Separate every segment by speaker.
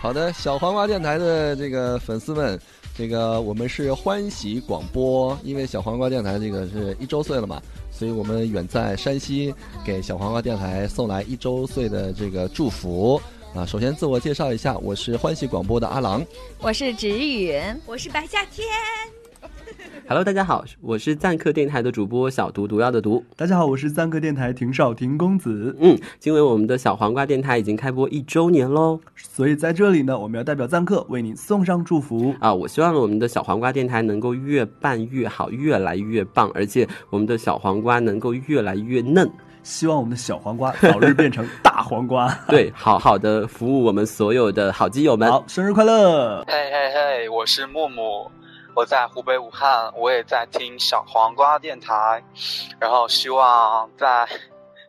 Speaker 1: 好的，小黄瓜电台的这个粉丝们，这个我们是欢喜广播，因为小黄瓜电台这个是一周岁了嘛，所以我们远在山西给小黄瓜电台送来一周岁的这个祝福啊。首先自我介绍一下，我是欢喜广播的阿郎，
Speaker 2: 我是芷允，
Speaker 3: 我是白夏天。
Speaker 4: Hello，大家好，我是赞客电台的主播小毒毒药的毒。
Speaker 5: 大家好，我是赞客电台庭少庭公子。
Speaker 4: 嗯，因为我们的小黄瓜电台已经开播一周年喽，
Speaker 5: 所以在这里呢，我们要代表赞客为您送上祝福。
Speaker 4: 啊，我希望我们的小黄瓜电台能够越办越好，越来越棒，而且我们的小黄瓜能够越来越嫩。
Speaker 5: 希望我们的小黄瓜早日变成大黄瓜。
Speaker 4: 对，好好的服务我们所有的好基友们。
Speaker 5: 好，生日快乐！
Speaker 6: 嘿嘿嘿，我是木木。我在湖北武汉，我也在听小黄瓜电台，然后希望在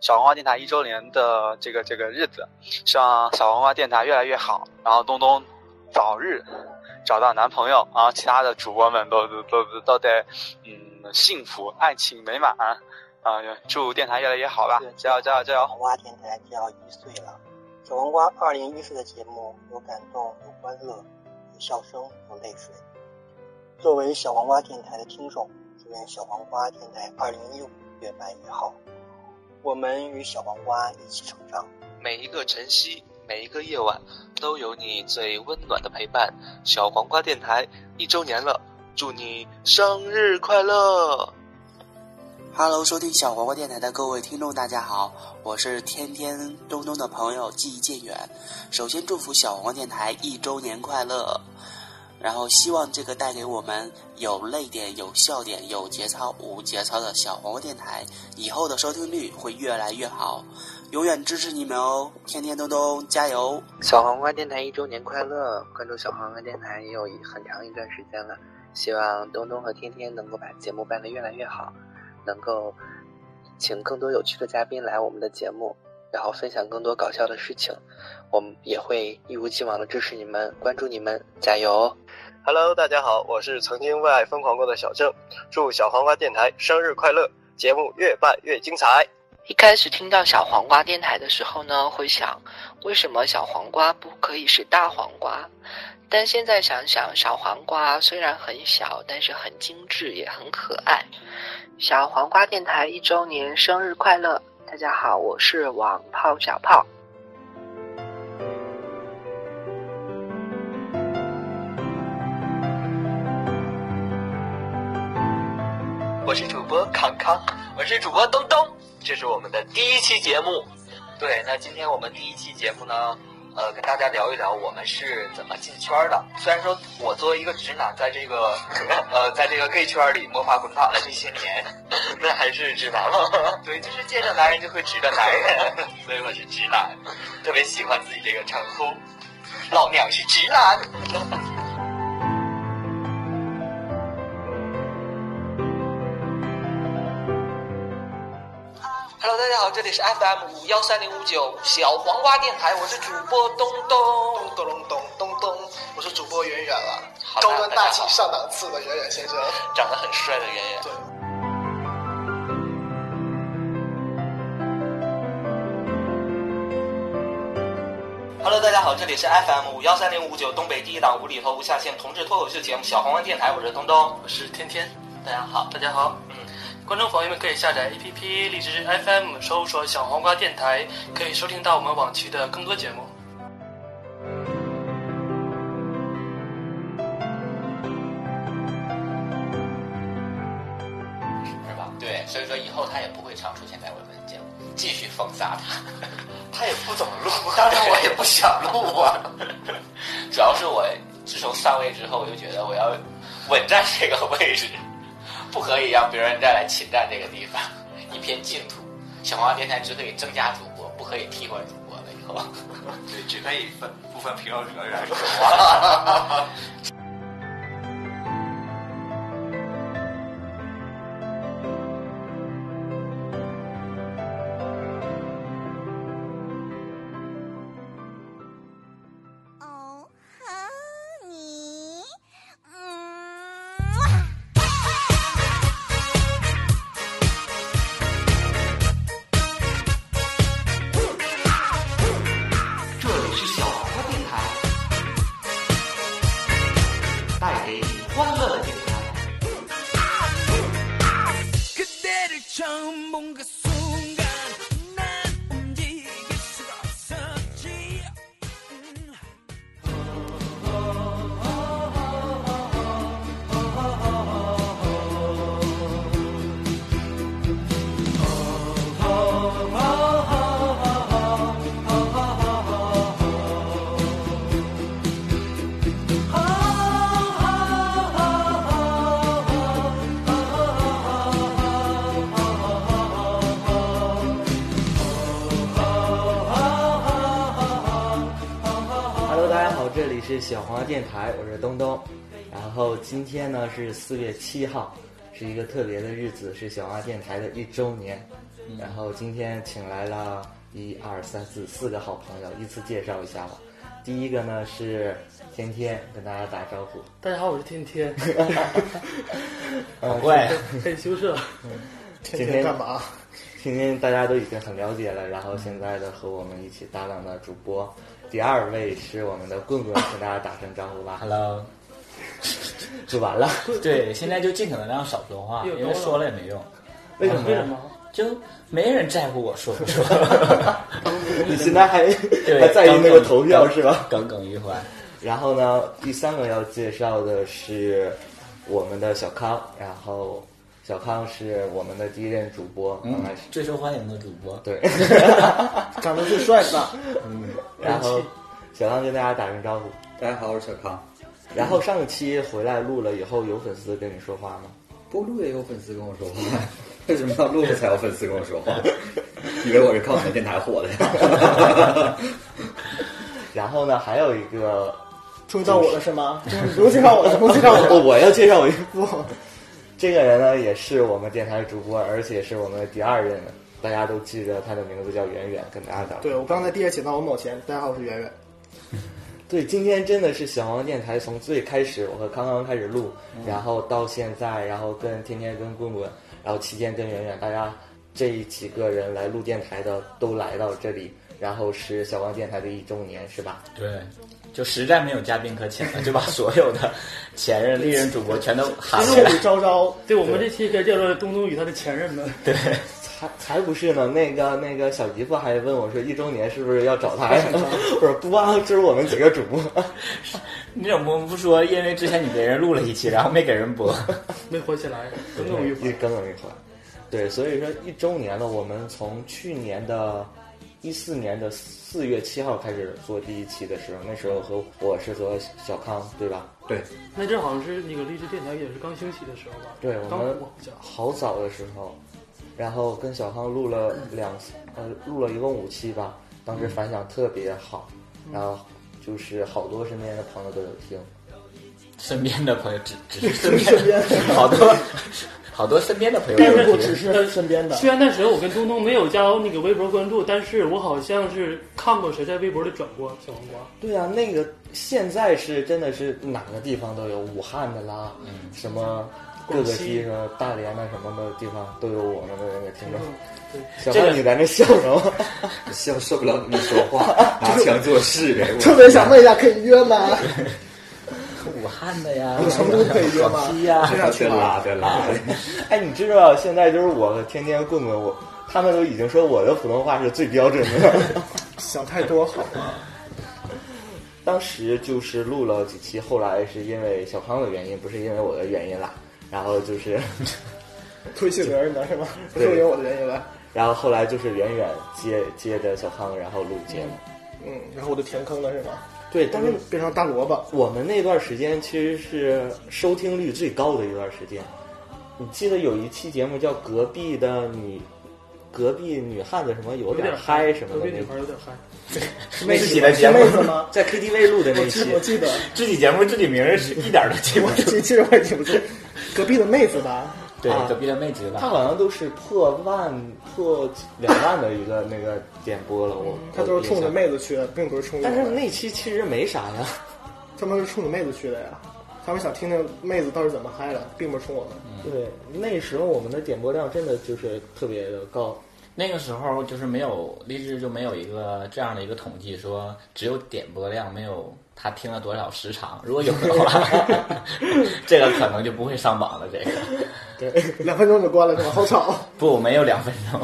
Speaker 6: 小黄瓜电台一周年的这个这个日子，希望小黄瓜电台越来越好，然后东东早日找到男朋友，然后其他的主播们都都都都得嗯幸福，爱情美满啊、呃！祝电台越来越好吧，加油加油加油！
Speaker 7: 黄瓜电台就要一岁了，小黄瓜二零一四的节目有感动，有欢乐，有笑声，有泪水。作为小黄瓜电台的听众，祝愿小黄瓜电台二零一五越办越好。我们与小黄瓜一起成长。
Speaker 8: 每一个晨曦，每一个夜晚，都有你最温暖的陪伴。小黄瓜电台一周年了，祝你生日快乐
Speaker 9: ！Hello，收听小黄瓜电台的各位听众，大家好，我是天天东东的朋友季建远。首先祝福小黄瓜电台一周年快乐。然后希望这个带给我们有泪点、有笑点、有节操、无节操的小黄瓜电台，以后的收听率会越来越好，永远支持你们哦！天天东东加油！
Speaker 10: 小黄瓜电台一周年快乐！关注小黄瓜电台也有很长一段时间了，希望东东和天天能够把节目办得越来越好，能够请更多有趣的嘉宾来我们的节目。然后分享更多搞笑的事情，我们也会一如既往的支持你们，关注你们，加油哦
Speaker 11: ！Hello，大家好，我是曾经为爱疯狂过的小郑，祝小黄瓜电台生日快乐，节目越办越精彩。
Speaker 12: 一开始听到小黄瓜电台的时候呢，会想为什么小黄瓜不可以是大黄瓜？但现在想想，小黄瓜虽然很小，但是很精致，也很可爱。小黄瓜电台一周年生日快乐！大家好，我是网泡小泡。
Speaker 13: 我是主播康康，
Speaker 14: 我是主播东东，
Speaker 13: 这是我们的第一期节目。
Speaker 14: 对，那今天我们第一期节目呢，呃，跟大家聊一聊我们是怎么进圈的。虽然说我作为一个直男，在这个 呃，在这个 gay 圈里摸爬滚打了这些年。那还是直男吗？ 对，就是见着男人就会直的男人， 所以我是直男，特别喜欢自己这个称呼。老娘是直男。
Speaker 13: Hello，大家好，这里是 FM 五幺三零五九小黄瓜电台，我是主播东东
Speaker 15: 咚咚咚咚，我是主播圆圆了，
Speaker 14: 好
Speaker 15: 高端大气上档次的圆圆先生，
Speaker 14: 长得很帅的圆圆。
Speaker 15: 对。
Speaker 13: Hello，大家好，这里是 FM 五幺三零五九东北第一档无厘头无下限同志脱口秀节目《小黄瓜电台》，我是东东，
Speaker 16: 我是天天，
Speaker 13: 大家好，
Speaker 16: 大家好，嗯，观众朋友们可以下载 APP 荔枝 FM，搜索“小黄瓜电台”，可以收听到我们往期的更多节目。
Speaker 14: 是吧？对，所以说以后他也不会常出现在我们节目，继续封杀 他。
Speaker 13: 他也不怎么录，
Speaker 14: 当然我也不想录啊。 主要是我自从上位之后，我就觉得我要稳占这个位置， 不可以让别人再来侵占这个 地方，一片净土。小黄电台只可以增加主播，不可以替换主播了。以后，
Speaker 16: 对，只可以分不分平手者
Speaker 14: 主 播。
Speaker 1: Hello，大家好，这里是小黄电台，我是东东。然后今天呢是四月七号，是一个特别的日子，是小黄电台的一周年。然后今天请来了一二三四四个好朋友，依次介绍一下吧。第一个呢是天天，跟大家打招呼。
Speaker 16: 大家好，我是天天，
Speaker 1: 呃
Speaker 16: 很羞涩。
Speaker 1: 嗯今 天？今天大家都已经很了解了，然后现在的和我们一起搭档的主播，第二位是我们的棍棍，跟大家打声招呼吧。
Speaker 14: Hello，
Speaker 1: 就完了。
Speaker 14: 对，现在就尽可能让少说话，因为说了也没用。
Speaker 1: 为什么
Speaker 14: 为
Speaker 1: 呀
Speaker 14: 什么？就没人在乎我说 不说。
Speaker 1: 你现在还
Speaker 14: 对
Speaker 1: 还在意那个投票是吧？
Speaker 14: 耿耿于怀。
Speaker 1: 然后呢，第三个要介绍的是我们的小康，然后小康是我们的第一任主播，刚
Speaker 14: 嗯
Speaker 1: 开始，
Speaker 14: 最受欢迎的主播。
Speaker 1: 对，
Speaker 17: 长得最帅的。
Speaker 1: 嗯， 然后小康跟大家打声招呼。
Speaker 17: 大家好，我是小康。
Speaker 1: 然后上一期回来录了以后，有粉丝跟你说话吗？
Speaker 17: 不录也有粉丝跟我说话， 为什么要录了才有粉丝跟我说话？ 以为我是靠你们电台火的呀？
Speaker 1: 然后呢，还有一个
Speaker 17: 终于到我了是吗终于不用介绍我了不用介绍我了
Speaker 1: 哦我要介绍我一部。这个人呢，也是我们电台主播，而且是我们的第二任了，大家都记得他的名字叫圆圆，跟大家打。
Speaker 17: 对，我刚才第一个写到我脑前。大家好，我是圆圆。
Speaker 1: 对，今天真的是小黄电台从最开始我和康康开始录，
Speaker 17: 嗯
Speaker 1: 然后到现在，然后跟天天跟棍棍，然后期间跟圆圆，大家这几个人来录电台的都来到这里，然后是小黄电台的一周年，是吧？
Speaker 14: 对，就实在没有嘉宾可请了，就把所有的前任、历任主播全都喊
Speaker 16: 其
Speaker 14: 起
Speaker 16: 实
Speaker 14: 来
Speaker 16: 我。
Speaker 17: 招招，
Speaker 16: 对我们这期可以叫做东东与他的前任们。
Speaker 14: 对，
Speaker 1: 才才不是呢！那个那个小姨夫还问我说，一周年是不是要找他呀？ 我说不啊，就是我们几个主播。
Speaker 14: 你怎么不说？因为之前你给人录了一期，然后没给人播。
Speaker 16: 没火起来，耿耿于
Speaker 1: 对，耿耿于怀。对，所以说一周年了，我们从去年的一四年的四月七号开始做第一期的时候，那时候和我是和小康，对吧？对，
Speaker 16: 那阵好像是那个励志电台也是刚兴起的时候吧？
Speaker 1: 对，我
Speaker 16: 刚
Speaker 1: 们
Speaker 16: 火比较
Speaker 1: 好早的时候，然后跟小康录了两呃录了一共五期吧，当时反响特别好，
Speaker 16: 嗯
Speaker 1: 然后就是好多身边的朋友都有听，
Speaker 14: 身边的朋友只只是身边的好多好多身边的朋友，
Speaker 16: 但是
Speaker 17: 是身边的
Speaker 16: 虽然那时候我跟东东没有加那个微博关注，但是我好像是看过谁在微博里转过小黄瓜。
Speaker 1: 对啊，那个现在是真的是哪个地方都有，武汉的啦，什么各个
Speaker 16: 广西
Speaker 1: 西什么大连啊的什么的地方都有我们的那个听众。
Speaker 16: 对
Speaker 1: 小
Speaker 17: 这个
Speaker 1: 胖，你在那笑什么？
Speaker 17: 笑受不了你
Speaker 1: 说话，
Speaker 17: 拿
Speaker 1: 枪做事
Speaker 17: 呗特别想问一下，可以约吗？
Speaker 14: 武汉的 呀，
Speaker 17: 成都可以约吗
Speaker 14: 广西呀，
Speaker 17: 这样去吗
Speaker 1: 对啦。 哎，你知道现在就是我和天天棍棍，我他们都已经说我的普通话是最标准的。
Speaker 17: 想太多好吗？
Speaker 1: 当时就是录了几期，后来是因为小康的原因，不是因为我的原因啦。然后就是，
Speaker 17: 推卸责任的是吧？不
Speaker 1: 对
Speaker 17: 是因为我的原因吧？
Speaker 1: 然后后来就是远远接接着小康，然后录节目。
Speaker 17: 嗯，然后我就填坑了是吧？
Speaker 1: 对，但是
Speaker 17: 变成大萝卜。
Speaker 1: 我们那段时间其实是收听率最高的一段时间。你记得有一期节目叫《隔壁的女》，隔壁女汉子什么有
Speaker 16: 有
Speaker 1: 点
Speaker 16: 点
Speaker 1: 嗨什么
Speaker 16: 隔
Speaker 1: 的
Speaker 16: 壁
Speaker 1: 那
Speaker 16: 女
Speaker 1: 个
Speaker 16: 孩有点嗨。
Speaker 1: 那
Speaker 14: 自己的节目
Speaker 17: 妹子吗？
Speaker 1: 在 KTV 录的那期，
Speaker 17: 我 记得
Speaker 14: 自己节目自己名儿是一点儿都记不住。
Speaker 17: 其其实我也挺不住，隔壁的妹子吧。
Speaker 14: 对
Speaker 1: 啊，
Speaker 14: 隔壁的妹子
Speaker 1: 他
Speaker 14: 吧，
Speaker 1: 好像都是破万、破两万的一个那个点播了。我
Speaker 14: 嗯
Speaker 17: 他都是冲着，妹子去的，并不是冲着。
Speaker 1: 但是那期其实没啥呀，
Speaker 17: 他们是冲着妹子去的呀，他们想听听妹子到底怎么嗨的，并不是冲我们。
Speaker 1: 我对，那时候我们的点播量真的就是特别的高。
Speaker 14: 那个时候就是没有励志就没有一个这样的一个统计，说只有点播量，没有他听了多少时长。如果有的话，这个可能就不会上榜了。这个
Speaker 17: 对，两分钟就关了是吧？好吵。
Speaker 14: 不没有两分钟，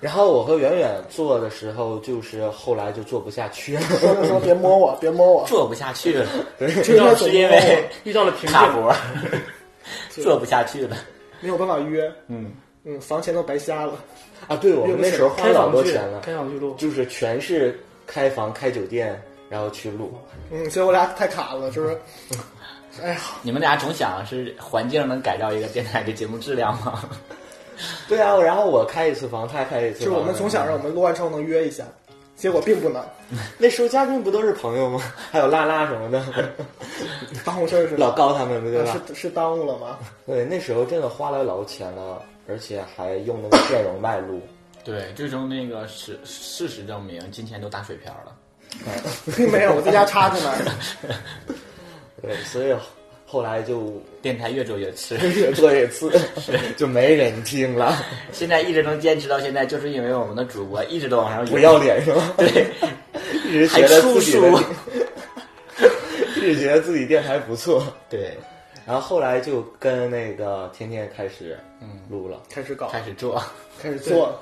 Speaker 1: 然后我和远远做的时候，就是后来就做不下去了。
Speaker 17: 说着说别摸我，别摸我。
Speaker 14: 做不下去 了，
Speaker 17: 这个
Speaker 14: 是因为
Speaker 17: 遇到了瓶颈
Speaker 14: 卡 脖，做不下去了。
Speaker 17: 没有办法约，
Speaker 14: 嗯
Speaker 17: 嗯，房钱都白瞎了。
Speaker 1: 啊，对，我们那时候花了老多钱了，
Speaker 17: 开
Speaker 16: 房去录，
Speaker 1: 就是全是开房开酒店，然后去录。
Speaker 17: 嗯，所以我俩太卡了，就是，哎呀，
Speaker 14: 你们俩总想是环境能改造一个电台的节目质量吗？
Speaker 1: 对啊，然后我开一次房，他开一次
Speaker 17: 就是
Speaker 1: 房。嗯
Speaker 17: 我们总想让我们录完之后能约一下，
Speaker 5: 结果并不难。
Speaker 1: 那时候嘉宾不都是朋友 吗？还有拉拉什么的，
Speaker 5: 耽误事儿是吧 啊
Speaker 1: 老告他们不对吧？
Speaker 5: 是是耽误了吗？
Speaker 1: 对，那时候真的花了老多钱了，而且还用那个电容外录。
Speaker 14: 对，最终那个事事实证明，今天都打水漂了。
Speaker 5: 并没有，我在家插着呢。
Speaker 1: 对，所以后来就
Speaker 14: 电台越做越次，
Speaker 1: 越做越 次，就没人听了。
Speaker 14: 现在一直能坚持到现在，就是因为我们的主播一直都往上
Speaker 1: 不要脸是吗？
Speaker 14: 对，
Speaker 1: 一直
Speaker 14: 还
Speaker 1: 觉得
Speaker 14: 出
Speaker 1: 自己
Speaker 14: 书
Speaker 1: 的，一直觉得自己电台不错。
Speaker 14: 对，
Speaker 1: 然后后来就跟那个天天开始录了，
Speaker 5: 开始搞，
Speaker 14: 嗯开始做，
Speaker 5: 开始做。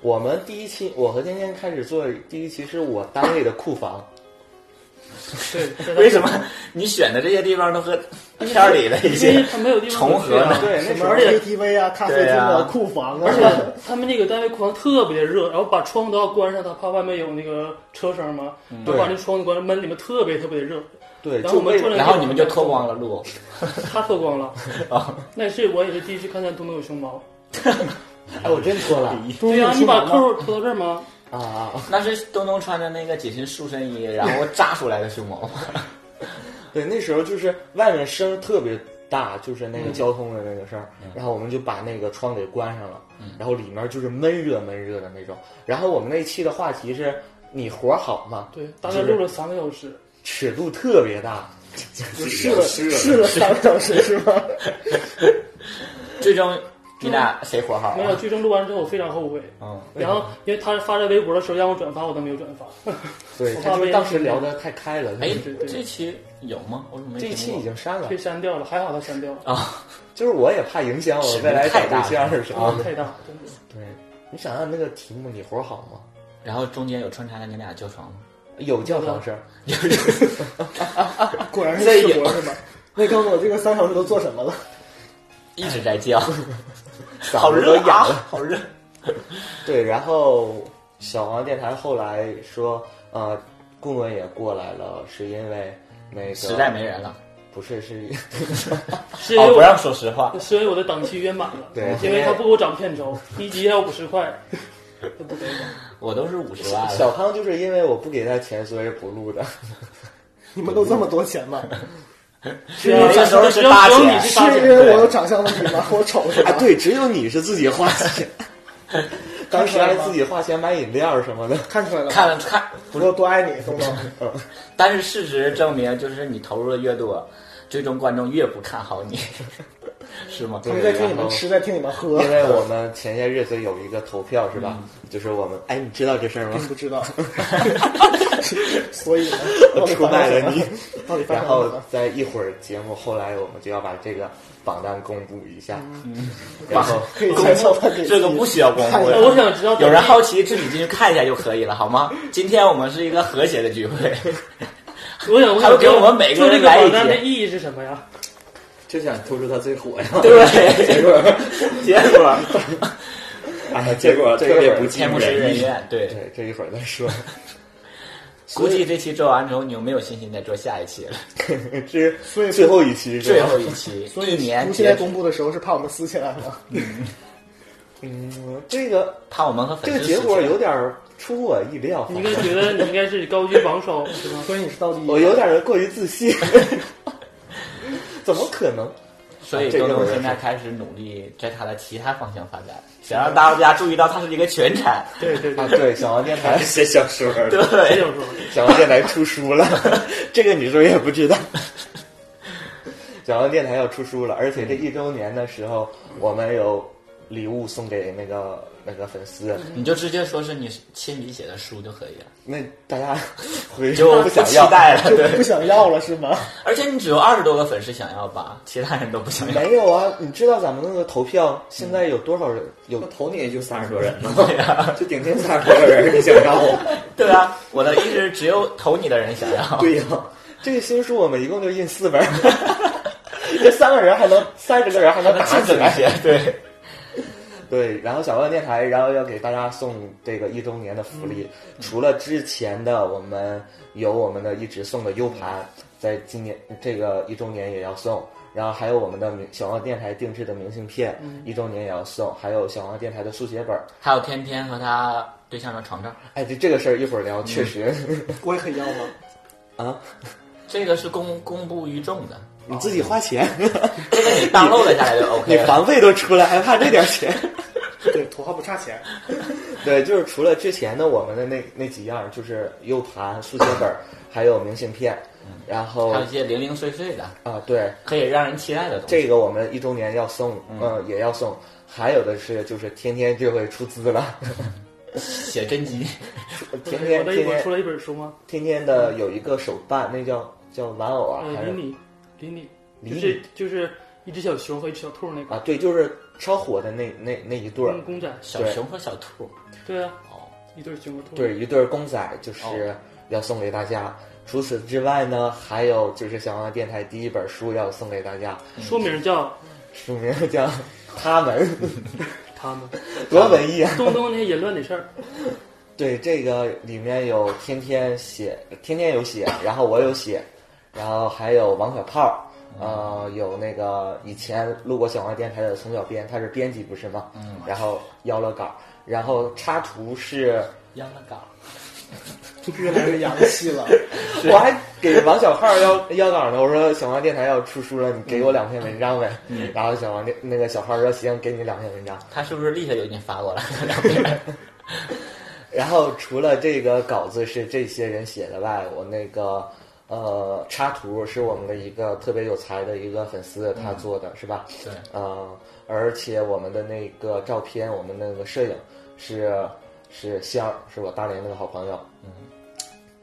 Speaker 1: 我们第一期，我和天天开始做第一期是我单位的库房，
Speaker 5: 对，
Speaker 14: 为什么你选的这些地方都和片儿里的一
Speaker 18: 因
Speaker 14: 些
Speaker 18: 为他没有地方
Speaker 14: 重合呢？
Speaker 1: 对
Speaker 5: 什
Speaker 1: 那时
Speaker 5: 么
Speaker 1: 候
Speaker 18: 而且
Speaker 5: KTV 啊、咖啡厅
Speaker 14: 对
Speaker 5: 啊
Speaker 14: 啊、
Speaker 5: 库房啊，
Speaker 18: 而且他们那个单位库房特别热，然后把窗户都要关上，他怕外面有那个车声嘛，然后把那窗户关上，闷里面特别特别热。
Speaker 1: 对，
Speaker 18: 然后我们
Speaker 1: 就为
Speaker 18: 做了
Speaker 14: 然后你们就脱光了录，
Speaker 18: 他脱光了，那是我也是第一次看见东东有胸毛。
Speaker 1: 哎，我真脱了
Speaker 18: 对呀、你把扣脱到这儿吗？
Speaker 1: 啊啊！
Speaker 14: 那是东东穿的那个紧身束身衣，然后扎出来的胸毛。
Speaker 1: 对，那时候就是外面声特别大，就是那个交通的那个声儿，然后我们就把那个窗给关上了，然后里面就是闷热闷热的那种。然后我们那一期的话题是你活儿好吗？
Speaker 18: 对，大概录了三个小时，
Speaker 1: 尺度特别大，
Speaker 5: 试了试了三个小时是吗？
Speaker 14: 最终你俩谁活好啊？
Speaker 18: 没有。最终录完之后，我非常后悔。
Speaker 14: 嗯，
Speaker 18: 然后因为他发在微博的时候让我转发，我都没有转 发。
Speaker 1: 对，
Speaker 18: 我
Speaker 1: 他
Speaker 18: 怕
Speaker 1: 说
Speaker 18: 被
Speaker 1: 当时聊的太开了，
Speaker 14: 哎
Speaker 18: 对对，
Speaker 14: 这期有吗？我怎么没
Speaker 1: 这一期已经删了
Speaker 18: 被，删掉了，还好他删掉了。
Speaker 14: 啊？
Speaker 1: 就是我也怕影响我未来找对象是什
Speaker 18: 啊
Speaker 1: 么，的。
Speaker 18: 太大，真的是。
Speaker 5: 嗯
Speaker 1: 对，你想想那个题目，你活儿好吗？
Speaker 14: 然后中间有穿插了你俩叫床吗？
Speaker 1: 有叫床声，
Speaker 5: 果然是试活是吧？ 那告诉我这个三小时都做什么了？
Speaker 14: 一直在 叫，
Speaker 1: 嗓子都
Speaker 14: 好热
Speaker 1: 哑
Speaker 14: 啊
Speaker 1: 了。
Speaker 14: 好热。
Speaker 1: 对，然后小黄电台后来说，呃，棍棍也过来了，是因为那个
Speaker 14: 实在没人了，
Speaker 1: 不是是，
Speaker 18: 是因为
Speaker 14: 哦，
Speaker 18: 我
Speaker 14: 不让说实话。
Speaker 18: 所以我的档期约满了，
Speaker 1: 对
Speaker 18: 因为他不给我涨片酬，一集要五十块，他不给我。
Speaker 14: 我都是 五十万
Speaker 1: 小
Speaker 14: 了，
Speaker 1: 康就是因为我不给他钱，所以不录的。
Speaker 5: 你们都这么多钱吗？
Speaker 18: 只有
Speaker 14: 那时候是
Speaker 18: 只有
Speaker 14: 大
Speaker 18: 只有
Speaker 14: 姐
Speaker 18: 你是
Speaker 5: 是
Speaker 18: 大
Speaker 5: 因
Speaker 18: 姐，
Speaker 5: 为我有长相问题吗？ 我丑是吧？
Speaker 1: 哎对，只有你是自己花 钱，当时还自己花钱买饮料什么的。
Speaker 5: 看出来了吧，
Speaker 14: 看了看，
Speaker 5: 不是我多爱你，东东。
Speaker 14: 但是事实证明，就是你投入的越多，最终观众越不看好你，是吗？
Speaker 5: 他们在听你们吃，在听你们喝，嗯
Speaker 1: 因为我们前些日子有一个投票是吧？就是我们，哎，你知道这事儿
Speaker 5: 并
Speaker 1: 吗？
Speaker 5: 不 知道。 所以呢，到
Speaker 1: 我
Speaker 5: 底
Speaker 1: 出
Speaker 5: 发
Speaker 1: 卖
Speaker 5: 生
Speaker 1: 了
Speaker 5: 什么
Speaker 1: 你
Speaker 5: 了？到底发生
Speaker 1: 然
Speaker 5: 什么
Speaker 1: 后
Speaker 5: 了？
Speaker 1: 在一会儿节目后来，我们就要把这个榜单公布一下。然后
Speaker 5: 嗯 可以猜测他给
Speaker 14: 这个不需要公布
Speaker 18: 哎
Speaker 14: 的。
Speaker 18: 我想知道
Speaker 14: 有人好奇，自己进去看一下就可以了，好吗？今天我们是一个和谐的聚会，
Speaker 18: 我想
Speaker 14: 他
Speaker 18: 问，
Speaker 14: 们给我们每个
Speaker 18: 做这
Speaker 14: 人
Speaker 18: 个
Speaker 14: 来一
Speaker 18: 榜单的
Speaker 14: 节，
Speaker 18: 意义是什么呀？
Speaker 19: 就想突出他最火 呀。
Speaker 14: 对，
Speaker 19: 结果
Speaker 14: 结果
Speaker 1: 哎，
Speaker 19: 结果
Speaker 1: 这一
Speaker 19: 特
Speaker 1: 会
Speaker 19: 别
Speaker 1: 儿
Speaker 19: 不尽
Speaker 14: 天不遂
Speaker 19: 人
Speaker 14: 人
Speaker 19: 意。
Speaker 14: 愿，对。
Speaker 1: 对，这一会儿再说。
Speaker 14: 估计这期做完之后，你就没有信心再做下一期了。
Speaker 1: 这
Speaker 5: 所以
Speaker 1: 最后一期是
Speaker 14: 最
Speaker 1: 吧？
Speaker 14: 后一期，一
Speaker 5: 我
Speaker 14: 年
Speaker 5: 们现在
Speaker 14: 结束，
Speaker 5: 公布的时候是怕我们撕起来吗？
Speaker 1: 嗯，这个
Speaker 14: 怕我们和
Speaker 1: 这个
Speaker 14: 粉丝
Speaker 1: 结果
Speaker 14: 撕
Speaker 1: 有点儿出乎我意料，
Speaker 18: 你应该觉得你应该是高居榜首，是吧？
Speaker 5: 所以你是到底
Speaker 1: 我有点儿过于自 信，怎么可能？啊
Speaker 14: 所以
Speaker 1: 这个
Speaker 14: 东东
Speaker 1: 我也
Speaker 14: 现在开始努力在他的其他方向发展，想让大家注意到他是一个全产。
Speaker 18: 对对
Speaker 1: 啊，
Speaker 18: 对，
Speaker 1: 对，小王电台，
Speaker 19: 写小说儿，
Speaker 18: 这
Speaker 14: 对，
Speaker 18: 种说，
Speaker 1: 小王电台出书了， 这个你是不是也不知道？小王电台要出书了，而且这一周年的时候，我们有礼物送给那个那个粉丝，
Speaker 14: 你就直接说是你亲笔写的书就可以了，
Speaker 1: 那大家 回
Speaker 14: 就
Speaker 1: 不想
Speaker 14: 期
Speaker 1: 要，
Speaker 14: 待 了。
Speaker 5: 就
Speaker 14: 对，
Speaker 5: 不想要了是吗？
Speaker 14: 而且你只有二十多个粉丝想要吧，其他人都不想要。
Speaker 1: 没有啊？你知道咱们那个投票现在有多少人？有
Speaker 19: 我投你也就三十多人呢，
Speaker 14: 对啊，
Speaker 19: 就顶天三十多个人，你想要我？
Speaker 14: 对啊，我的意思是只有投你的人想 要。
Speaker 1: 对呀、这个新书我们一共就印四本儿， 这三个人还能三十个人还能打
Speaker 14: 亲
Speaker 1: 起
Speaker 14: 自一
Speaker 1: 来。
Speaker 14: 些，对，
Speaker 1: 对，然后小万电台，然后要给大家送这个一周年的福利，
Speaker 14: 嗯
Speaker 1: 除了之前的我们有我们的一直送的 U 盘，在今年这个一周年也要送。然后还有我们的明小黄电台定制的明信片，
Speaker 14: 嗯
Speaker 1: 一周年也要送，还有小黄电台的速写本儿。
Speaker 14: 还有天天和他对象的床照。
Speaker 1: 哎，这这个事儿一会儿聊，确实。
Speaker 14: 我也可以要吗？
Speaker 1: 啊，
Speaker 14: 这个是公公布于众的，哦
Speaker 1: 你自己花钱，
Speaker 14: 这个你当漏了下来就 OK
Speaker 1: 你
Speaker 14: 了。
Speaker 1: 房费都出来，还怕这点钱？
Speaker 18: 对，土豪不差钱。
Speaker 1: 对，就是除了之前的我们的那那几样，就是 U 盘、速写本儿，还有明信片，然后
Speaker 14: 嗯还有一些零零碎碎的
Speaker 1: 啊，对，
Speaker 14: 可以让人期待的东西。
Speaker 1: 这个我们一周年要送，
Speaker 14: 嗯
Speaker 1: 嗯，也要送。还有的是，就是天天这回出资了，
Speaker 14: 写真集，
Speaker 1: 天
Speaker 18: 我
Speaker 1: 天
Speaker 18: 的一
Speaker 1: 天
Speaker 18: 本
Speaker 1: 天
Speaker 18: 出了一本书吗？
Speaker 1: 天天的有一个手办，那叫叫玩偶啊，还
Speaker 18: 呃，
Speaker 1: 是
Speaker 18: 邻里，邻里，就
Speaker 1: 邻里
Speaker 18: 是就是一只小熊和一只小兔那个
Speaker 1: 啊，对，就是超火的那那那一对儿
Speaker 18: 公公仔
Speaker 14: 小哦熊和小兔，
Speaker 18: 对啊，一对熊和兔，
Speaker 1: 对，一对儿公仔
Speaker 18: 哦
Speaker 1: 就是要送给大家。除此之外呢，还有就是小王电台第一本书要送给大家，
Speaker 18: 书名叫
Speaker 1: 书名叫《他们》，
Speaker 18: 他们
Speaker 1: 多文艺啊！
Speaker 18: 东东那些淫乱的事儿，
Speaker 1: 对，这个里面有天天写，天天有写，然后我有写，然后还有王小炮，
Speaker 14: 嗯
Speaker 1: 呃，有那个以前录过小王电台的从小编，他是编辑不是吗？
Speaker 14: 嗯
Speaker 1: 然后邀了稿，然后插图是。
Speaker 14: 秧了稿，
Speaker 18: 越来越洋气了
Speaker 1: 我还给王小胖要要稿呢，我说小王电台要出书了，你给我两篇文章呗。然后小王电那个小胖说行，给你两篇文章。
Speaker 14: 嗯他是不是立刻就给你发过来？
Speaker 1: 然后除了这个稿子是这些人写的外，我那个呃插图是我们的一个特别有才的一个粉丝他做的，是吧？
Speaker 14: 嗯对
Speaker 1: 呃，而且我们的那个照片，我们那个摄影是是香儿，是我大连那个好朋友，
Speaker 14: 嗯，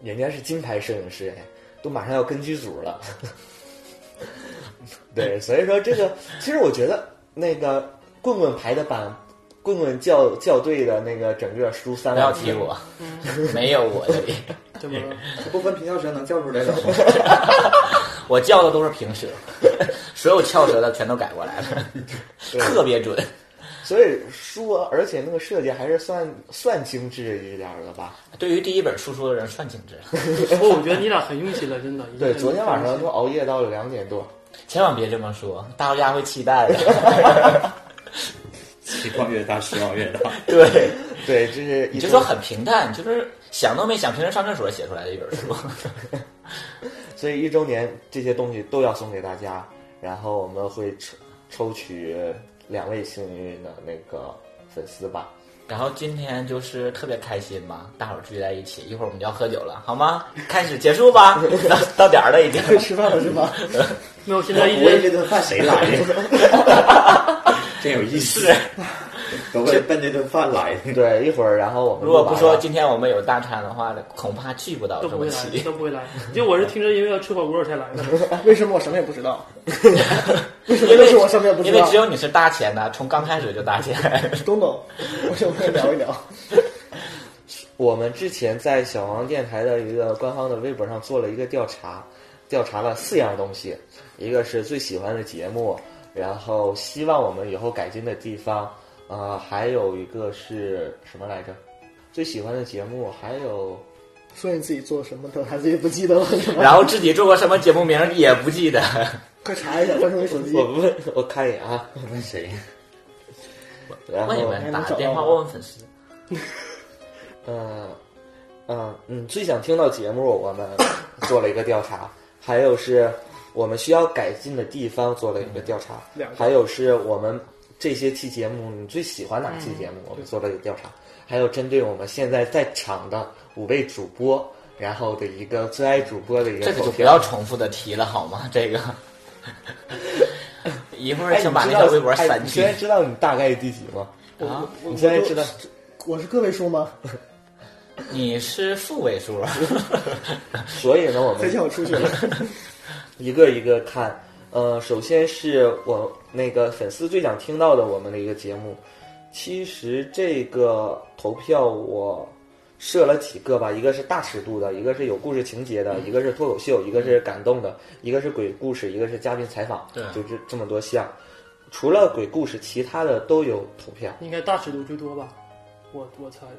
Speaker 1: 人家是金牌摄影师，哎，都马上要跟剧组 了。 对，所以说这个，其实我觉得那个棍棍排的版，棍棍校校对的那个整个书三
Speaker 14: 不要提我， 没有我这里，
Speaker 18: 怎么了？
Speaker 17: 不分平翘舌能叫出来的吗？
Speaker 14: 我叫的都是平舌，所有翘舌的全都改过来了，特别准。
Speaker 1: 所以说，而且那个设计还是算算精致一点儿的吧。
Speaker 14: 对于第一本输出的人算精致了，
Speaker 18: 不，哦我觉得你俩很用心了，真的。
Speaker 1: 对，昨天晚上都熬夜到了两点多。
Speaker 14: 千万别这么说，大家会期待的。
Speaker 17: 期望 越大，失望越大。
Speaker 14: 对
Speaker 1: 对，这是
Speaker 14: 你就说很平淡，就是想都没想，平时上厕所写出来的一本书。
Speaker 1: 所以一周年这些东西都要送给大家，然后我们会抽抽取两位幸运的那个粉丝吧。
Speaker 14: 然后今天就是特别开心嘛，大伙儿聚在一起，一会儿我们就要喝酒了，好吗？开始结束 吧，到到点儿了已经，
Speaker 18: 吃饭了是 吗？没有，现在一
Speaker 17: 我问这
Speaker 18: 直
Speaker 17: 顿饭谁来的？ 真有意思，都为奔这顿饭来的。
Speaker 1: 对，一会儿然后我们
Speaker 14: 如果
Speaker 1: 录完
Speaker 14: 不说
Speaker 1: 了
Speaker 14: 今天我们有大餐的话，恐怕聚不到
Speaker 18: 都
Speaker 14: 这
Speaker 18: 不
Speaker 14: 么
Speaker 18: 会来，
Speaker 14: 齐。
Speaker 18: 都不会来。就我是听着音乐要吃火锅才来的。
Speaker 5: 为什么我什么也不 知道？为什么
Speaker 14: 因
Speaker 5: 都
Speaker 14: 为
Speaker 5: 是我什么也不知
Speaker 14: 因
Speaker 5: 道？
Speaker 14: 为只有你是搭钱的，从刚开始就搭钱。
Speaker 5: 东东，我想跟你聊一聊。
Speaker 1: 我们之前在小王电台的一个官方的微博上做了一个调查，调查了四样东西，一个是最喜欢的节目，然后希望我们以后改进的地方，呃，还有一个是什么来着？最喜欢的节目，还有
Speaker 5: 说你自己做什么的，他自己不记得了。
Speaker 14: 然后自己做过什么节目名儿也不记得。
Speaker 5: 快查一下，翻出你手机。
Speaker 1: 我问，我看一眼啊，问 谁？然后
Speaker 14: 问一问，打个电话问问粉 丝。
Speaker 1: 嗯，嗯，嗯，最想听到节目，我们做了一个调查，还有是我们需要改进的地方做了一个调查，
Speaker 14: 嗯
Speaker 18: 两个
Speaker 1: 还有是我们这些期节目你最喜欢哪期节目，
Speaker 14: 嗯
Speaker 1: 我们做了一个调查，还有针对我们现在在场的五位主播，然后的一个最爱主播的一个
Speaker 14: 这个
Speaker 1: 投
Speaker 14: 就不
Speaker 1: 票。
Speaker 14: 要重复的提了好吗？这个，一会
Speaker 1: 哎，
Speaker 14: 儿
Speaker 1: 你
Speaker 14: 请把
Speaker 1: 知
Speaker 14: 那
Speaker 1: 道
Speaker 14: 条微博
Speaker 1: 哎
Speaker 14: 删
Speaker 1: 你
Speaker 14: 去
Speaker 1: 现。在知道你大概第几吗？
Speaker 5: 啊
Speaker 1: 你现在知道？
Speaker 5: 我是个位数吗？
Speaker 14: 你是负位数，
Speaker 1: 所以呢，我们
Speaker 5: 再叫我出去了。
Speaker 1: 一个一个看。呃，首先是我那个粉丝最想听到的我们的一个节目。其实这个投票我设了几个吧，一个是大尺度的，一个是有故事情节的，一个是脱口秀，一个是感动的，一个是鬼故事，一个是嘉宾采访，
Speaker 14: 对
Speaker 1: 就这这么多项。除了鬼故事，其他的都有投票。
Speaker 18: 应该大尺度最多吧？我我猜的。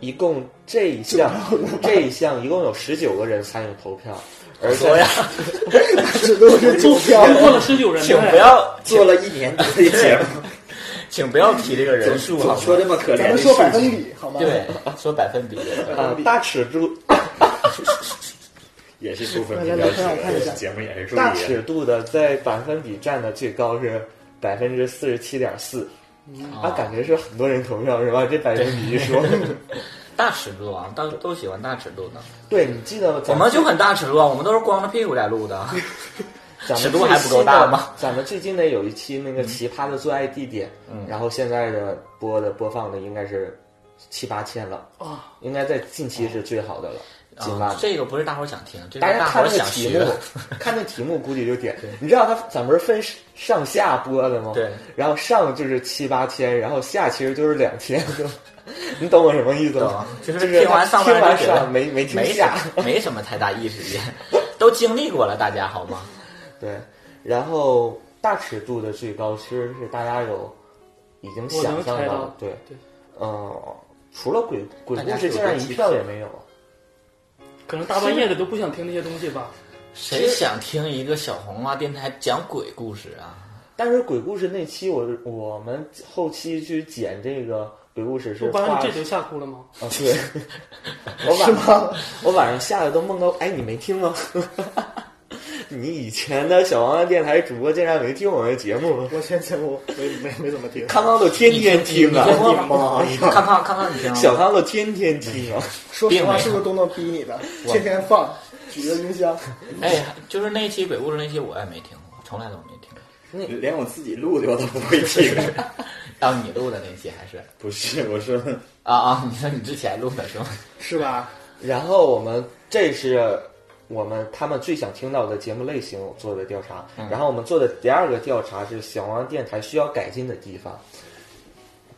Speaker 1: 一共这一项这一项一共有十九个人参与投票，而且
Speaker 14: 说 呀
Speaker 5: 这都是
Speaker 18: 做做了十九人，
Speaker 14: 请
Speaker 1: 啊
Speaker 14: 不要
Speaker 17: 做了一年多的节 目，
Speaker 14: 请不要提这个人数，
Speaker 17: 总
Speaker 14: 好吗
Speaker 17: 说这么可怜
Speaker 5: 咱
Speaker 17: 的
Speaker 5: 们
Speaker 17: 事情呃
Speaker 5: 说百分比好吗？嗯
Speaker 14: 对，说百分比，
Speaker 1: 啊大尺度
Speaker 17: 也是部分
Speaker 5: 来
Speaker 17: 比较
Speaker 5: 来来看看看一下
Speaker 17: 节目也是注意
Speaker 1: 大尺度的在百分比占的最高是百分之四十七点四，
Speaker 5: 嗯
Speaker 1: 啊，感觉是很多人投票是吧？这百分比一 说，
Speaker 14: 大尺度啊，都都喜欢大尺度的。
Speaker 1: 对你记得
Speaker 14: 我
Speaker 1: 咱
Speaker 14: 们就很大尺度啊，我们都是光着屁股在录的，
Speaker 1: 咱们
Speaker 14: 尺度还不够大吗？
Speaker 1: 咱们最近的有一期那个奇葩的最爱地点，
Speaker 14: 嗯
Speaker 1: 然后现在的播的播放的应该是七八千了，
Speaker 18: 啊，
Speaker 1: 应该在近期是最好的了，近万
Speaker 14: 啊。哦这个不是大伙儿想听，这
Speaker 1: 大
Speaker 14: 是
Speaker 1: 家
Speaker 14: 大伙
Speaker 1: 看
Speaker 14: 儿
Speaker 1: 那个
Speaker 14: 想
Speaker 1: 题
Speaker 14: 学
Speaker 1: 目。， 看那题目估计就点。你知道它咱们是分上下播的吗？
Speaker 14: 对。
Speaker 1: 然后上就是七八千，然后下其实就是两千， 你懂我什么意思吗？
Speaker 14: 就是
Speaker 1: 是
Speaker 14: 听完上
Speaker 1: 听
Speaker 14: 半
Speaker 1: 完
Speaker 14: 段就觉得
Speaker 1: 上没没听
Speaker 14: 没
Speaker 1: 下。
Speaker 14: 什么没什么太大意识，都经历过了，大家好吗？
Speaker 1: 对，然后大尺度的最高其实是大家有已经
Speaker 18: 我
Speaker 1: 想
Speaker 18: 能
Speaker 1: 象
Speaker 18: 猜
Speaker 1: 到
Speaker 18: 到
Speaker 1: 的，，对，
Speaker 18: 对，
Speaker 1: 嗯，除了鬼鬼
Speaker 14: 大
Speaker 1: 故
Speaker 14: 家
Speaker 1: 事，
Speaker 14: 有
Speaker 1: 竟
Speaker 14: 个
Speaker 1: 然一
Speaker 14: 集
Speaker 1: 票也没有。
Speaker 18: 可能大半夜的都不想听那些东西吧。
Speaker 14: 谁想听一个小红花电台讲鬼故事啊？
Speaker 1: 但是鬼故事那期我我们后期去剪这个鬼故事是
Speaker 18: 我发现
Speaker 1: 花
Speaker 18: 你这就吓哭了吗？
Speaker 1: 啊，对，我晚上我晚上吓得都梦到，哎，你没听吗？ 你以前的小王八电台主播竟然没听我们的节目，
Speaker 5: 我现在节目没没没怎么听，
Speaker 1: 康康都天天听啊！
Speaker 14: 你听过吗
Speaker 1: 妈呀，
Speaker 14: 看看看看你听
Speaker 1: 小
Speaker 14: 吗？
Speaker 1: 康都天天听啊！
Speaker 5: 说实
Speaker 14: 并没
Speaker 5: 话，
Speaker 14: 有
Speaker 5: 是不是东东逼你的？天天放，举着音箱，
Speaker 14: 哎，就是那期鬼故事那期我也没听过，从来都没听过。
Speaker 17: 连我自己录的我都不会 听。
Speaker 14: 然后你录的那期还是
Speaker 17: 不是，我说
Speaker 14: 啊啊？你说你之前录的是吗？
Speaker 5: 是吧？
Speaker 1: 然后我们这是我们他们最想听到的节目类型做的调查，
Speaker 14: 嗯
Speaker 1: 然后我们做的第二个调查是小王八电台需要改进的地方，